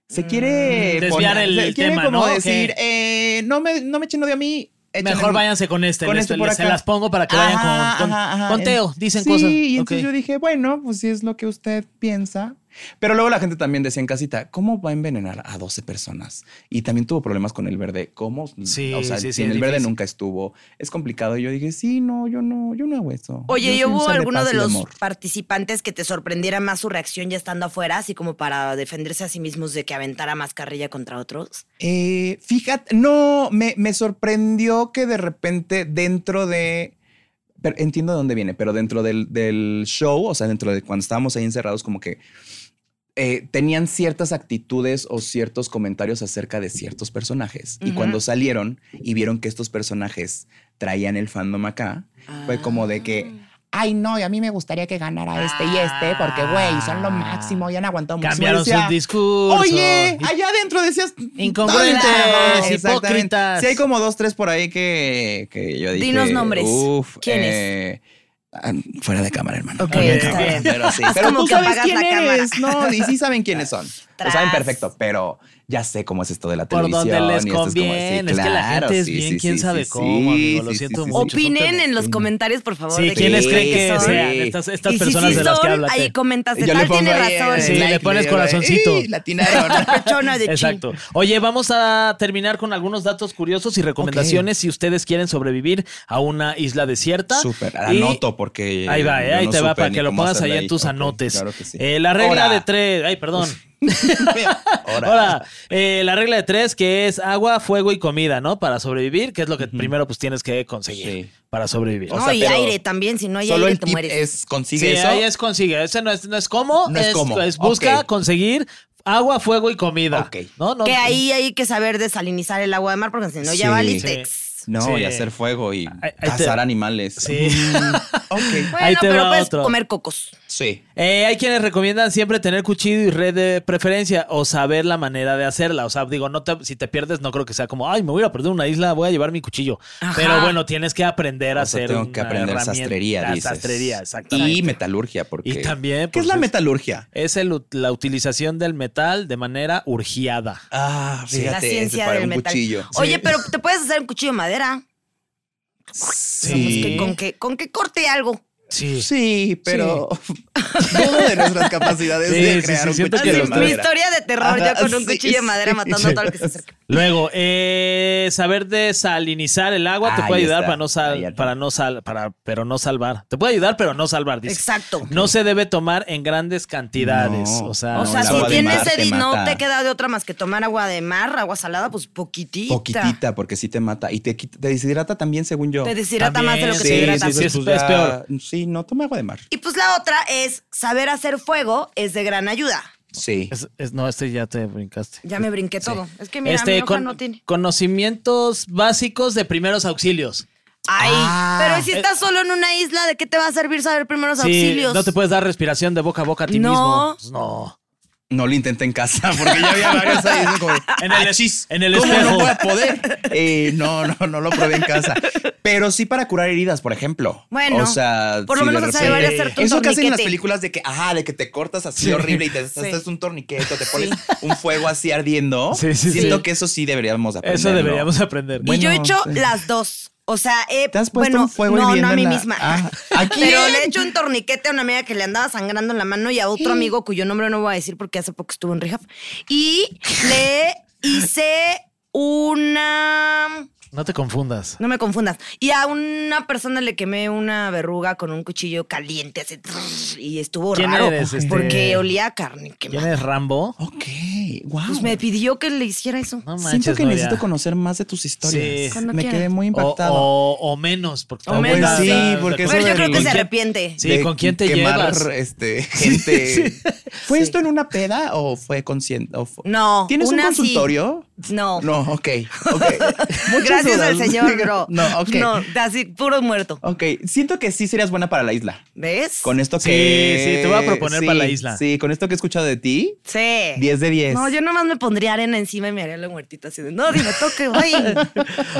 Speaker 4: se quiere
Speaker 5: Mm, desviar el
Speaker 4: se quiere
Speaker 5: tema,
Speaker 4: como
Speaker 5: ¿no?
Speaker 4: decir,
Speaker 5: Ok.
Speaker 4: eh, no me, no me echen odio a mí. échenle-
Speaker 5: Mejor váyanse con este.
Speaker 4: con
Speaker 5: les-
Speaker 4: este por
Speaker 5: les- se
Speaker 4: acá.
Speaker 5: las pongo para que vayan
Speaker 4: Ajá,
Speaker 5: con, con,
Speaker 4: ajá, ajá.
Speaker 5: con Teo. Dicen
Speaker 4: Sí,
Speaker 5: cosas.
Speaker 4: Y entonces
Speaker 5: Ok.
Speaker 4: yo dije, bueno, pues si es lo que usted piensa. Pero luego la gente también decía en casita, ¿cómo va a envenenar a 12 personas? Y también tuvo problemas con el verde. ¿Cómo?
Speaker 5: Sí,
Speaker 4: o sea,
Speaker 5: sí, sí,
Speaker 4: si en
Speaker 5: es
Speaker 4: el verde
Speaker 5: difícil.
Speaker 4: nunca estuvo. Es complicado. Y yo dije, sí, no, yo no, yo no hago eso.
Speaker 3: Oye, ¿y
Speaker 4: soy un
Speaker 3: hubo
Speaker 4: ser
Speaker 3: alguno
Speaker 4: paz
Speaker 3: de
Speaker 4: y
Speaker 3: los
Speaker 4: amor".
Speaker 3: participantes que te sorprendiera más su reacción ya estando afuera, así como para defenderse a sí mismos de que aventara más carrilla contra otros?
Speaker 4: Eh, fíjate, no, me, me sorprendió que de repente dentro de... pero entiendo de dónde viene, pero dentro del, del show, o sea, dentro de cuando estábamos ahí encerrados, como que eh, tenían ciertas actitudes o ciertos comentarios acerca de ciertos personajes. Y
Speaker 3: Ujú.
Speaker 4: cuando salieron y vieron que estos personajes traían el fandom acá, fue como de que...
Speaker 5: Ah.
Speaker 4: Ay, no, y a mí me gustaría que ganara este y este, porque, güey, son lo máximo y han aguantado muchísimo. Y
Speaker 5: Ah. Cambiaron
Speaker 4: decía,
Speaker 5: sus discursos.
Speaker 4: Oye, allá adentro decías
Speaker 5: Incongruentes,
Speaker 4: "Tómala".
Speaker 5: hipócritas.
Speaker 4: Exactamente. Sí, hay como dos, tres por ahí que, que yo dije.
Speaker 3: Dinos nombres.
Speaker 4: Uf,
Speaker 3: ¿Quiénes?
Speaker 4: eh, ah, fuera de cámara, hermano.
Speaker 3: Ok,
Speaker 4: Fuera de
Speaker 3: está
Speaker 4: cámara,
Speaker 3: bien.
Speaker 4: Pero sí.
Speaker 3: Es
Speaker 4: Pero
Speaker 3: como
Speaker 4: tú
Speaker 3: que
Speaker 4: sabes
Speaker 3: apagas
Speaker 4: quién
Speaker 3: la
Speaker 4: eres, ¿no? Y sí saben quiénes son. Lo saben
Speaker 3: Tras.
Speaker 4: perfecto, pero ya sé cómo es esto de la
Speaker 5: Por donde
Speaker 4: televisión. y
Speaker 5: les
Speaker 4: esto es como así,
Speaker 5: conviene. Es que la gente
Speaker 4: claro,
Speaker 5: es
Speaker 4: sí,
Speaker 5: bien
Speaker 4: sí,
Speaker 5: quién
Speaker 4: sí,
Speaker 5: sabe
Speaker 4: sí,
Speaker 5: cómo,
Speaker 4: sí,
Speaker 5: amigo, lo
Speaker 4: sí,
Speaker 5: siento
Speaker 4: sí, sí,
Speaker 5: mucho.
Speaker 4: sí.
Speaker 3: Opinen en los comentarios, por favor,
Speaker 5: Sí,
Speaker 3: de
Speaker 5: ¿quiénes
Speaker 3: quiénes
Speaker 5: creen que
Speaker 4: sí.
Speaker 3: son.
Speaker 5: sean estas, estas
Speaker 3: Y si
Speaker 5: personas
Speaker 3: sí
Speaker 5: de las que
Speaker 3: son,
Speaker 5: hablaste?
Speaker 3: ahí comentaste,
Speaker 4: Yo le
Speaker 3: tal
Speaker 4: pongo
Speaker 3: tiene
Speaker 4: ahí eh, el
Speaker 3: razón.
Speaker 5: Sí,
Speaker 4: like,
Speaker 5: le pones
Speaker 4: digo,
Speaker 5: corazoncito.
Speaker 4: "Ey, latinaron".
Speaker 3: Pechona de chi.
Speaker 5: Exacto. Oye, vamos a terminar con algunos datos curiosos y recomendaciones si ustedes quieren sobrevivir a una isla desierta.
Speaker 4: Súper,
Speaker 5: Y-
Speaker 4: anoto porque.
Speaker 5: Ahí va,
Speaker 4: yo
Speaker 5: eh, ahí
Speaker 4: no
Speaker 5: te va
Speaker 4: supe
Speaker 5: para
Speaker 4: ni
Speaker 5: que lo
Speaker 4: cómo
Speaker 5: pongas ahí
Speaker 4: hacerle
Speaker 5: en tus
Speaker 4: Ok,
Speaker 5: anotes.
Speaker 4: Claro que sí.
Speaker 5: Eh, la regla
Speaker 4: Ahora.
Speaker 5: de tres. Ay, perdón.
Speaker 4: Ahora.
Speaker 5: Ahora, eh, la regla de tres, que es agua, fuego y comida, ¿no? Para sobrevivir, que es lo que primero pues tienes que conseguir
Speaker 4: Sí.
Speaker 5: para sobrevivir.
Speaker 4: O
Speaker 3: No,
Speaker 4: sea,
Speaker 3: y
Speaker 4: pero
Speaker 3: aire también, si no hay
Speaker 4: Solo
Speaker 3: aire
Speaker 4: el
Speaker 3: te
Speaker 4: tip
Speaker 3: mueres.
Speaker 4: es consigue
Speaker 5: Sí,
Speaker 4: eso.
Speaker 5: ahí es consigue. Ese no es, no es cómo.
Speaker 4: No es cómo.
Speaker 5: busca
Speaker 4: Ok.
Speaker 5: conseguir agua, fuego y comida.
Speaker 4: Ok.
Speaker 5: ¿No? No-
Speaker 3: Que ahí hay que saber desalinizar el agua de mar, porque si no ya
Speaker 4: Sí.
Speaker 3: valitex.
Speaker 4: No,
Speaker 5: Sí.
Speaker 4: y hacer fuego y
Speaker 5: ahí te-
Speaker 4: cazar animales.
Speaker 5: Sí.
Speaker 4: Mm, Ok.
Speaker 3: Bueno,
Speaker 5: Ahí te
Speaker 3: pero
Speaker 5: va
Speaker 3: puedes
Speaker 5: otro.
Speaker 3: comer cocos.
Speaker 4: Sí.
Speaker 5: Eh, hay quienes recomiendan siempre tener cuchillo y red de preferencia o saber la manera de hacerla. O sea, digo, no te- si te pierdes, no creo que sea como, ay, me voy a ir a perder una isla, voy a llevar mi cuchillo.
Speaker 3: Ajá.
Speaker 5: Pero bueno, tienes que aprender a
Speaker 4: O sea,
Speaker 5: hacer.
Speaker 4: tengo que
Speaker 5: una
Speaker 4: aprender
Speaker 5: herramienta-
Speaker 4: sastrería, dices.
Speaker 5: Sastrería, exactamente.
Speaker 4: Y metalurgia, porque...
Speaker 5: Y también.
Speaker 4: ¿Qué
Speaker 5: pues,
Speaker 4: es la metalurgia?
Speaker 5: Es el ut- la utilización del metal de manera urgiada.
Speaker 4: Ah, fíjate,
Speaker 3: la
Speaker 4: ese
Speaker 3: ciencia
Speaker 4: para
Speaker 3: del
Speaker 4: un
Speaker 3: metal.
Speaker 4: cuchillo.
Speaker 3: Oye, pero te puedes hacer un cuchillo de madera. Digamos que
Speaker 4: sí.
Speaker 3: con que con que corte algo.
Speaker 5: Sí.
Speaker 4: Sí, pero dudo de nuestras capacidades
Speaker 5: Sí,
Speaker 4: de
Speaker 5: sí,
Speaker 4: crear
Speaker 5: sí,
Speaker 4: un
Speaker 5: siento que
Speaker 4: cuchillo de
Speaker 5: los tres-
Speaker 3: Mi
Speaker 4: madera.
Speaker 3: historia de terror,
Speaker 4: Ajá,
Speaker 3: yo con un
Speaker 4: sí,
Speaker 3: cuchillo de madera
Speaker 4: sí.
Speaker 3: matando a todo el que se acerca.
Speaker 5: Luego, eh, saber desalinizar el agua te
Speaker 4: Ahí
Speaker 5: puede ayudar
Speaker 4: está.
Speaker 5: para no sal,
Speaker 4: Ahí está.
Speaker 5: para no sal, para, pero no salvar. Te puede ayudar, pero no salvar, dice.
Speaker 3: Exacto.
Speaker 5: No se debe tomar en grandes cantidades.
Speaker 4: No.
Speaker 5: O sea,
Speaker 3: O
Speaker 4: no,
Speaker 3: sea,
Speaker 4: el
Speaker 3: si
Speaker 4: agua de
Speaker 3: tienes
Speaker 4: mar
Speaker 3: sed
Speaker 4: te
Speaker 3: y no
Speaker 4: mata.
Speaker 3: te queda de otra más que tomar agua de mar, agua salada, pues poquitita.
Speaker 4: Poquitita, porque sí te mata. Y te, quita- te deshidrata también, según yo. pues,
Speaker 3: Te deshidrata más de lo que
Speaker 5: También,
Speaker 3: te
Speaker 5: sí,
Speaker 3: hidrata.
Speaker 5: sí, sí. es- es peor.
Speaker 4: Sí, no toma agua de mar.
Speaker 3: Y pues la otra es saber hacer fuego es de gran ayuda.
Speaker 4: Sí.
Speaker 5: es- es- no, este ya te brincaste.
Speaker 3: Ya me brinqué todo. Es que mira,
Speaker 5: Este,
Speaker 3: mi hoja
Speaker 5: con-
Speaker 3: no tiene.
Speaker 5: Conocimientos básicos de primeros auxilios.
Speaker 3: Ay,
Speaker 5: Ah.
Speaker 3: pero si estás solo en una isla, ¿de qué te va a servir saber primeros
Speaker 5: Sí,
Speaker 3: auxilios?
Speaker 5: no te puedes dar respiración de boca a boca a ti
Speaker 3: No.
Speaker 5: mismo. Pues no.
Speaker 4: No lo intenté en casa, porque ya había varios ahí. es como,
Speaker 3: Ah,
Speaker 5: En el,
Speaker 4: "Achis,
Speaker 5: en el
Speaker 4: ¿cómo
Speaker 5: espejo.
Speaker 4: no voy a poder? Eh, no, no, no lo probé en casa. Pero sí para curar heridas, por ejemplo.
Speaker 3: Bueno,
Speaker 4: o sea,
Speaker 3: por lo
Speaker 4: si de
Speaker 3: menos
Speaker 4: repente-
Speaker 5: saber hacerte
Speaker 3: un
Speaker 4: Eso que hacen en las
Speaker 3: torniquete.
Speaker 4: películas de que, ajá, de que te cortas así
Speaker 5: Sí.
Speaker 4: horrible y te haces un torniquete, te pones un fuego así ardiendo.
Speaker 5: Sí, sí,
Speaker 4: Siento
Speaker 5: sí.
Speaker 4: que eso sí deberíamos aprender.
Speaker 5: Eso
Speaker 4: ¿no?
Speaker 5: deberíamos aprender.
Speaker 3: y yo he
Speaker 4: Bueno,
Speaker 3: hecho
Speaker 4: sí.
Speaker 3: las dos. O sea, eh,
Speaker 4: ¿Te has puesto
Speaker 3: bueno,
Speaker 4: un fuego
Speaker 3: no, no
Speaker 4: hirviendo
Speaker 3: a
Speaker 4: en
Speaker 3: mí
Speaker 4: la-
Speaker 3: misma.
Speaker 4: Ah, ¿a quién?
Speaker 3: Pero le he hecho un torniquete a una amiga que le andaba sangrando en la mano y a otro amigo cuyo nombre no voy a decir porque hace poco estuvo en rehab. Y le hice una...
Speaker 5: No te confundas.
Speaker 3: No me confundas. Y a una persona le quemé una verruga con un cuchillo caliente así, y estuvo
Speaker 5: ¿Quién
Speaker 3: raro
Speaker 5: eres, este?
Speaker 3: porque olía a carne quemada.
Speaker 5: ¿Quién es Rambo?
Speaker 4: Ok, wow.
Speaker 3: Pues me pidió que le hiciera eso.
Speaker 5: No
Speaker 4: Siento
Speaker 5: manches,
Speaker 4: que
Speaker 5: Nuria.
Speaker 4: necesito conocer más de tus
Speaker 5: Sí.
Speaker 4: historias.
Speaker 3: Cuando
Speaker 4: Me
Speaker 3: quieras.
Speaker 4: quedé muy
Speaker 5: O,
Speaker 4: impactado.
Speaker 5: o- o menos. Porque
Speaker 3: O
Speaker 5: tampoco
Speaker 3: menos.
Speaker 5: la-
Speaker 3: Sí,
Speaker 5: la-
Speaker 4: porque
Speaker 5: la-
Speaker 4: eso
Speaker 3: Pero yo
Speaker 4: del-
Speaker 3: creo que se
Speaker 4: ¿Con quién?
Speaker 3: arrepiente.
Speaker 5: Sí, ¿con quién te
Speaker 4: quemar,
Speaker 5: llevas?
Speaker 4: Este, gente. ¿Fue esto en una peda o fue consciente? o fue-
Speaker 3: No,
Speaker 4: ¿Tienes
Speaker 3: una
Speaker 4: un
Speaker 3: sí.
Speaker 4: consultorio?
Speaker 3: No.
Speaker 4: No, ok. okay. Muchas
Speaker 3: Gracias al
Speaker 4: dudas.
Speaker 3: señor, bro.
Speaker 4: No, ok.
Speaker 3: No, así, puro muerto.
Speaker 4: Ok, siento que sí serías buena para la isla.
Speaker 3: ¿Ves?
Speaker 4: Con esto
Speaker 5: Sí,
Speaker 4: que.
Speaker 5: sí, te voy a proponer
Speaker 4: sí,
Speaker 5: para la isla.
Speaker 4: Sí, con esto que he escuchado de ti,
Speaker 3: Sí.
Speaker 4: 10 de 10.
Speaker 3: No, yo nomás me pondría arena encima y me haría la muertita así de, no, dime, toque, güey.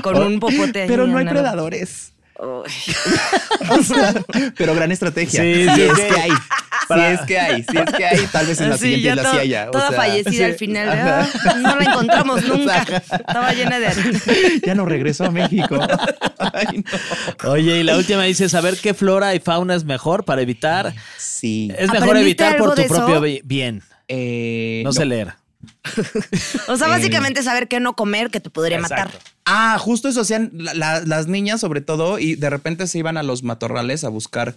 Speaker 3: Con un popote ahí
Speaker 4: Pero no hay
Speaker 3: en la-
Speaker 4: predadores.
Speaker 3: Ay.
Speaker 4: O sea, pero gran estrategia.
Speaker 5: Sí,
Speaker 4: si
Speaker 5: sí,
Speaker 4: es
Speaker 5: sí.
Speaker 4: que hay.
Speaker 5: Para-
Speaker 4: Si es que hay, si es que hay, tal vez en la
Speaker 3: Ah, Sí,
Speaker 4: siguiente
Speaker 3: ya
Speaker 4: isla
Speaker 3: to-
Speaker 4: sí haya. o
Speaker 3: Toda
Speaker 4: sea,
Speaker 3: fallecida
Speaker 4: sí.
Speaker 3: al final.
Speaker 4: Ajá.
Speaker 3: ah, No la encontramos nunca.
Speaker 4: Exacto.
Speaker 3: Estaba llena de arena.
Speaker 4: Ya no regresó a México. Ay, no.
Speaker 5: Oye, y la última dice saber qué flora y fauna es mejor para evitar.
Speaker 4: Sí.
Speaker 5: Es mejor
Speaker 3: ¿Aprendiste
Speaker 5: evitar por
Speaker 3: algo
Speaker 5: tu
Speaker 3: de
Speaker 5: propio
Speaker 3: eso?
Speaker 5: bi- bien.
Speaker 4: Eh,
Speaker 5: No, sé leer.
Speaker 3: O sea, básicamente saber qué no comer que te podría matar.
Speaker 5: Exacto.
Speaker 4: Ah, justo eso hacían la- la- las niñas, sobre todo, y de repente se iban a los matorrales a buscar.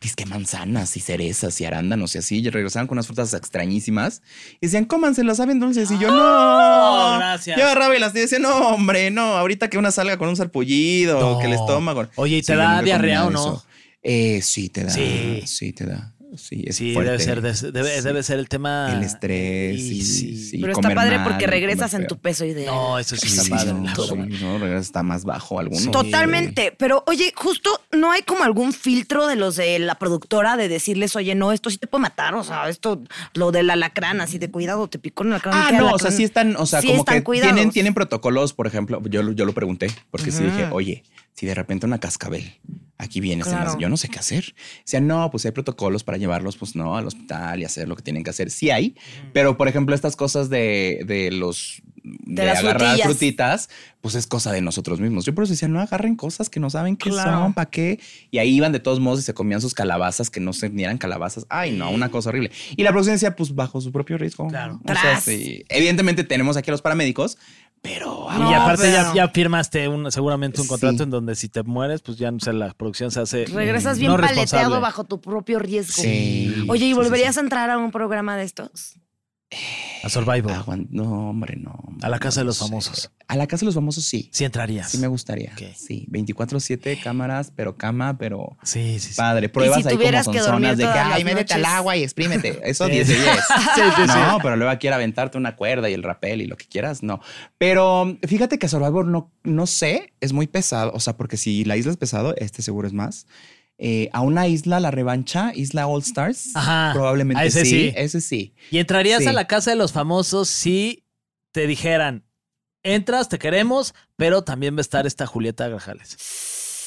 Speaker 4: Disque manzanas y cerezas y arándanos y así. Y regresaban con unas frutas extrañísimas. Y decían, cómanselas, saben dulces. Y yo, no.
Speaker 5: Oh, gracias.
Speaker 4: Yo agarraba y las decía, no, hombre, no. Ahorita que una salga con un sarpullido,
Speaker 5: No.
Speaker 4: que el estómago.
Speaker 5: Oye, ¿y te
Speaker 4: yo
Speaker 5: da
Speaker 4: nunca he
Speaker 5: diarrea
Speaker 4: combinado
Speaker 5: o no?
Speaker 4: eso. Eh, sí, te da.
Speaker 5: Sí.
Speaker 4: Sí. te da. Sí, es
Speaker 5: Sí,
Speaker 4: fuerte.
Speaker 5: debe ser, des- debe,
Speaker 4: Sí.
Speaker 5: debe ser el tema.
Speaker 4: El estrés. Sí,
Speaker 5: Y sí.
Speaker 4: sí,
Speaker 3: Pero está
Speaker 4: comer
Speaker 3: padre
Speaker 4: mal,
Speaker 3: porque
Speaker 4: comer
Speaker 3: regresas en
Speaker 4: feo.
Speaker 3: tu peso ideal.
Speaker 5: No, eso sí
Speaker 4: Sí,
Speaker 5: está
Speaker 4: sí,
Speaker 5: padre.
Speaker 4: no,
Speaker 5: todo.
Speaker 4: sí, no, regresas, está más bajo alguno.
Speaker 3: Totalmente, pero oye, justo no hay como algún filtro de los de la productora de decirles, oye, no, esto sí te puede matar, o sea, esto, lo del alacrán, así de cuidado, te picó un alacrán.
Speaker 4: Ah,
Speaker 3: queda
Speaker 4: no, o
Speaker 3: alacrán.
Speaker 4: sea, sí están, o sea,
Speaker 3: Sí
Speaker 4: como
Speaker 3: están
Speaker 4: que
Speaker 3: cuidados.
Speaker 4: tienen, tienen protocolos, por ejemplo, yo, lo- yo lo pregunté, porque sí dije, oye, si de repente una cascabel, aquí vienes, en las-
Speaker 3: Claro.
Speaker 4: yo no sé qué hacer. O sea, no, pues hay protocolos para llevarlos, pues no, al hospital y hacer lo que tienen que hacer. Sí hay, pero por ejemplo, estas cosas de, de los... De,
Speaker 3: las
Speaker 4: agarrar
Speaker 3: frutillas.
Speaker 4: frutitas, pues es cosa de nosotros mismos. Yo por eso decía, no agarren cosas que no saben qué
Speaker 3: Claro.
Speaker 4: son, para qué. Y ahí iban de todos modos y se comían sus calabazas que no se ni eran calabazas. Ay, no, una cosa horrible. Y la producción decía, pues bajo su propio riesgo.
Speaker 5: Claro.
Speaker 4: O sea,
Speaker 3: Tras.
Speaker 4: sí. Evidentemente tenemos aquí a los paramédicos, pero
Speaker 5: Y
Speaker 4: ah,
Speaker 3: No,
Speaker 5: aparte ya,
Speaker 3: pero-
Speaker 5: ya firmaste un, seguramente un contrato
Speaker 4: Sí.
Speaker 5: en donde si te mueres, pues ya no sé, la producción se hace.
Speaker 3: Regresas
Speaker 5: mm,
Speaker 3: bien
Speaker 5: no responsable.
Speaker 3: paleteado bajo tu propio riesgo.
Speaker 4: Sí.
Speaker 3: Oye, ¿y
Speaker 4: Sí, sí,
Speaker 3: volverías
Speaker 4: sí.
Speaker 3: a entrar a un programa de estos?
Speaker 5: A Survivor.
Speaker 4: Aguan- no, hombre, no. hombre,
Speaker 5: A la
Speaker 4: no
Speaker 5: casa de los
Speaker 4: sé.
Speaker 5: famosos.
Speaker 4: A la casa de los famosos sí.
Speaker 5: Sí entrarías.
Speaker 4: Sí me gustaría.
Speaker 5: Ok.
Speaker 4: Sí, 24/7 cámaras, pero cama, pero
Speaker 5: Sí, sí, sí.
Speaker 4: padre, pruebas ahí como
Speaker 3: tuvieras
Speaker 4: son
Speaker 3: que dormir
Speaker 4: zonas de que
Speaker 3: todas las
Speaker 4: ay, métete al
Speaker 3: noches".
Speaker 4: agua y exprímete. Eso
Speaker 5: Sí.
Speaker 4: 10 de 10.
Speaker 5: sí, sí.
Speaker 4: No, pero luego aquí era aventarte una cuerda y el rapel y lo que quieras, no. Pero fíjate que Survivor no, no sé, es muy pesado. O sea, porque si la isla es pesado, este seguro es más. eh, a una isla, la revancha, Isla All Stars.
Speaker 5: Ajá.
Speaker 4: Probablemente
Speaker 5: A ese
Speaker 4: sí,
Speaker 5: sí.
Speaker 4: Ese sí.
Speaker 5: Y entrarías
Speaker 4: Sí.
Speaker 5: a la casa de los famosos si te dijeran, entras, te queremos, pero también va a estar esta Julieta Grajales.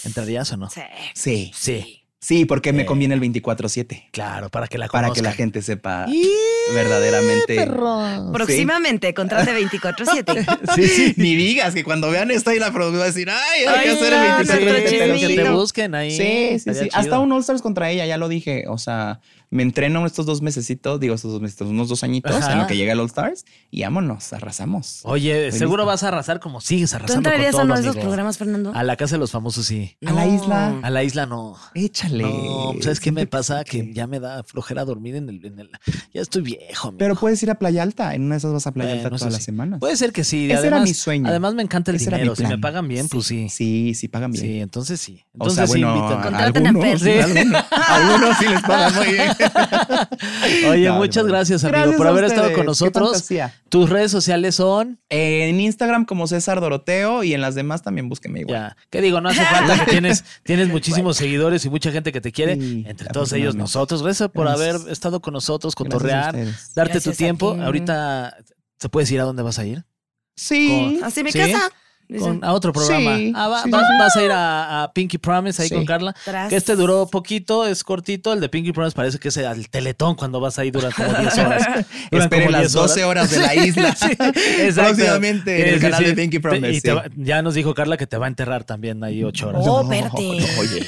Speaker 5: ¿Entrarías o no?
Speaker 3: Sí.
Speaker 4: Sí.
Speaker 5: Sí,
Speaker 4: Sí, porque me
Speaker 5: Eh.
Speaker 4: conviene el 24-7.
Speaker 5: claro, para que la
Speaker 4: Para
Speaker 5: conozcan.
Speaker 4: que la gente sepa
Speaker 5: ¡Y,
Speaker 4: verdaderamente.
Speaker 5: perro!
Speaker 3: Próximamente, contrate 24-7.
Speaker 4: Sí, sí. Ni digas que cuando vean esta y la producción va a decir, ay, hay que
Speaker 3: Ay,
Speaker 4: hacer
Speaker 3: no,
Speaker 4: el
Speaker 3: nuestro
Speaker 4: 24
Speaker 5: Sí, pero que te
Speaker 3: chismito.
Speaker 5: busquen ahí.
Speaker 4: Sí, sí,
Speaker 5: Estaría
Speaker 4: sí.
Speaker 5: chido.
Speaker 4: Hasta un All-Stars contra ella, ya lo dije. O sea, me entreno estos dos mesecitos, digo estos dos mesecitos, unos dos añitos
Speaker 5: Ajá.
Speaker 4: en lo que llega el All-Stars y vámonos, arrasamos.
Speaker 5: Oye,
Speaker 4: Estoy
Speaker 5: seguro
Speaker 4: listo.
Speaker 5: vas a arrasar como sigues
Speaker 3: ¿Tú
Speaker 5: arrasando con
Speaker 3: entrarías a
Speaker 5: todo,
Speaker 3: uno de esos
Speaker 5: amigo.
Speaker 3: programas, Fernando?
Speaker 5: A la casa de los famosos sí.
Speaker 4: A la
Speaker 3: No.
Speaker 4: isla.
Speaker 5: A la isla no.
Speaker 4: Échale.
Speaker 5: No, pues, ¿sabes qué me
Speaker 4: Siento
Speaker 5: pasa? Que
Speaker 4: sí.
Speaker 5: ya me da flojera dormir en el... en el- ya estoy viejo, amigo.
Speaker 4: Pero puedes ir a Playa Alta. En una de esas vas a Playa
Speaker 5: Bueno,
Speaker 4: Alta
Speaker 5: eso
Speaker 4: todas las
Speaker 5: sí.
Speaker 4: semanas.
Speaker 5: Puede ser que sí.
Speaker 4: Ese era
Speaker 5: además,
Speaker 4: mi sueño.
Speaker 5: Además me encanta el
Speaker 4: Ese era mi
Speaker 5: dinero. Si me
Speaker 4: plan.
Speaker 5: pagan bien, pues sí. Sí,
Speaker 4: Sí, sí, pagan bien.
Speaker 5: entonces sí.
Speaker 4: O
Speaker 5: Entonces
Speaker 4: sea, bueno,
Speaker 5: sí invitan.
Speaker 4: a
Speaker 3: Contraten a
Speaker 4: algunos,
Speaker 3: Fer.
Speaker 4: algunos, algunos sí les pagan muy bien.
Speaker 5: Oye,
Speaker 4: No,
Speaker 5: muchas
Speaker 4: no, no.
Speaker 5: gracias, Pues, amigo,
Speaker 4: Gracias
Speaker 5: por
Speaker 4: a
Speaker 5: haber estado
Speaker 4: ustedes.
Speaker 5: con
Speaker 4: Qué
Speaker 5: nosotros.
Speaker 4: fantasía.
Speaker 5: Tus redes sociales son.
Speaker 4: En Instagram como César Doroteo y en las demás también búsquenme igual.
Speaker 5: Ya, ¿qué digo? No hace falta que tienes, tienes muchísimos seguidores y mucha gente que te quiere.
Speaker 4: Sí,
Speaker 5: Entre todos ellos,
Speaker 4: afortunadamente.
Speaker 5: nosotros. Gracias por
Speaker 4: Gracias.
Speaker 5: haber estado con nosotros,
Speaker 4: Gracias a
Speaker 5: cotorrear,
Speaker 4: ustedes.
Speaker 5: darte
Speaker 3: Gracias
Speaker 5: tu
Speaker 3: a
Speaker 5: tiempo.
Speaker 3: ti.
Speaker 5: Ahorita, ¿se puedes ir a dónde vas a ir?
Speaker 4: Sí.
Speaker 3: Así Ah, mi
Speaker 5: ¿Sí?
Speaker 3: casa. Dicen,
Speaker 5: Con- a otro programa.
Speaker 4: Sí,
Speaker 5: Ah, va-
Speaker 4: sí,
Speaker 5: vas,
Speaker 4: sí.
Speaker 5: vas a ir a, a Pinky Promise ahí
Speaker 4: Sí.
Speaker 5: con Carla.
Speaker 3: Tras.
Speaker 5: Que este duró poquito, es cortito. El de Pinky Promise parece que es el teletón cuando vas ahí dura como 10 horas. Duran
Speaker 4: Esperen
Speaker 5: como
Speaker 4: las
Speaker 5: 10
Speaker 4: 12 horas de la isla.
Speaker 5: Sí, exacto.
Speaker 4: Próximamente en el canal de Pinky Promise,
Speaker 5: Y te
Speaker 4: sí.
Speaker 5: va- ya nos dijo Carla que te va a enterrar también ahí 8 horas.
Speaker 3: Oh,
Speaker 4: No,
Speaker 3: verte.
Speaker 4: Oye, oye.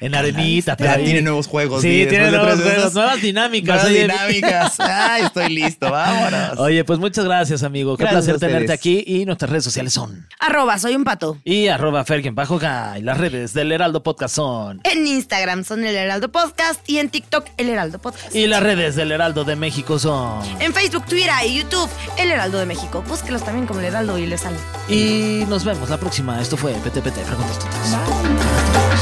Speaker 5: en arenita. pero
Speaker 4: Ya
Speaker 5: ahí-
Speaker 4: tiene nuevos juegos.
Speaker 5: Sí,
Speaker 4: Después
Speaker 5: tiene
Speaker 4: de
Speaker 5: nuevos
Speaker 4: tres de
Speaker 5: juegos,
Speaker 4: esas,
Speaker 5: nuevas dinámicas.
Speaker 4: nuevas
Speaker 5: oye.
Speaker 4: dinámicas. Ay, estoy listo. Vámonos.
Speaker 5: Oye, pues muchas gracias, amigo. Qué
Speaker 4: Gracias a
Speaker 5: placer tenerte aquí.
Speaker 4: ustedes.
Speaker 5: Y nuestras redes sociales son.
Speaker 3: Arroba, soy un pato.
Speaker 5: Y arroba Fergien Bajo Guy. Las redes del Heraldo Podcast son.
Speaker 3: En Instagram son el Heraldo Podcast y en TikTok el Heraldo Podcast.
Speaker 5: Y las redes del Heraldo de México son.
Speaker 3: En Facebook, Twitter y YouTube, el Heraldo de México. Búsquelos también como el Heraldo y les sale.
Speaker 5: Y nos vemos la próxima. Esto fue PTPT Preguntas Tontas.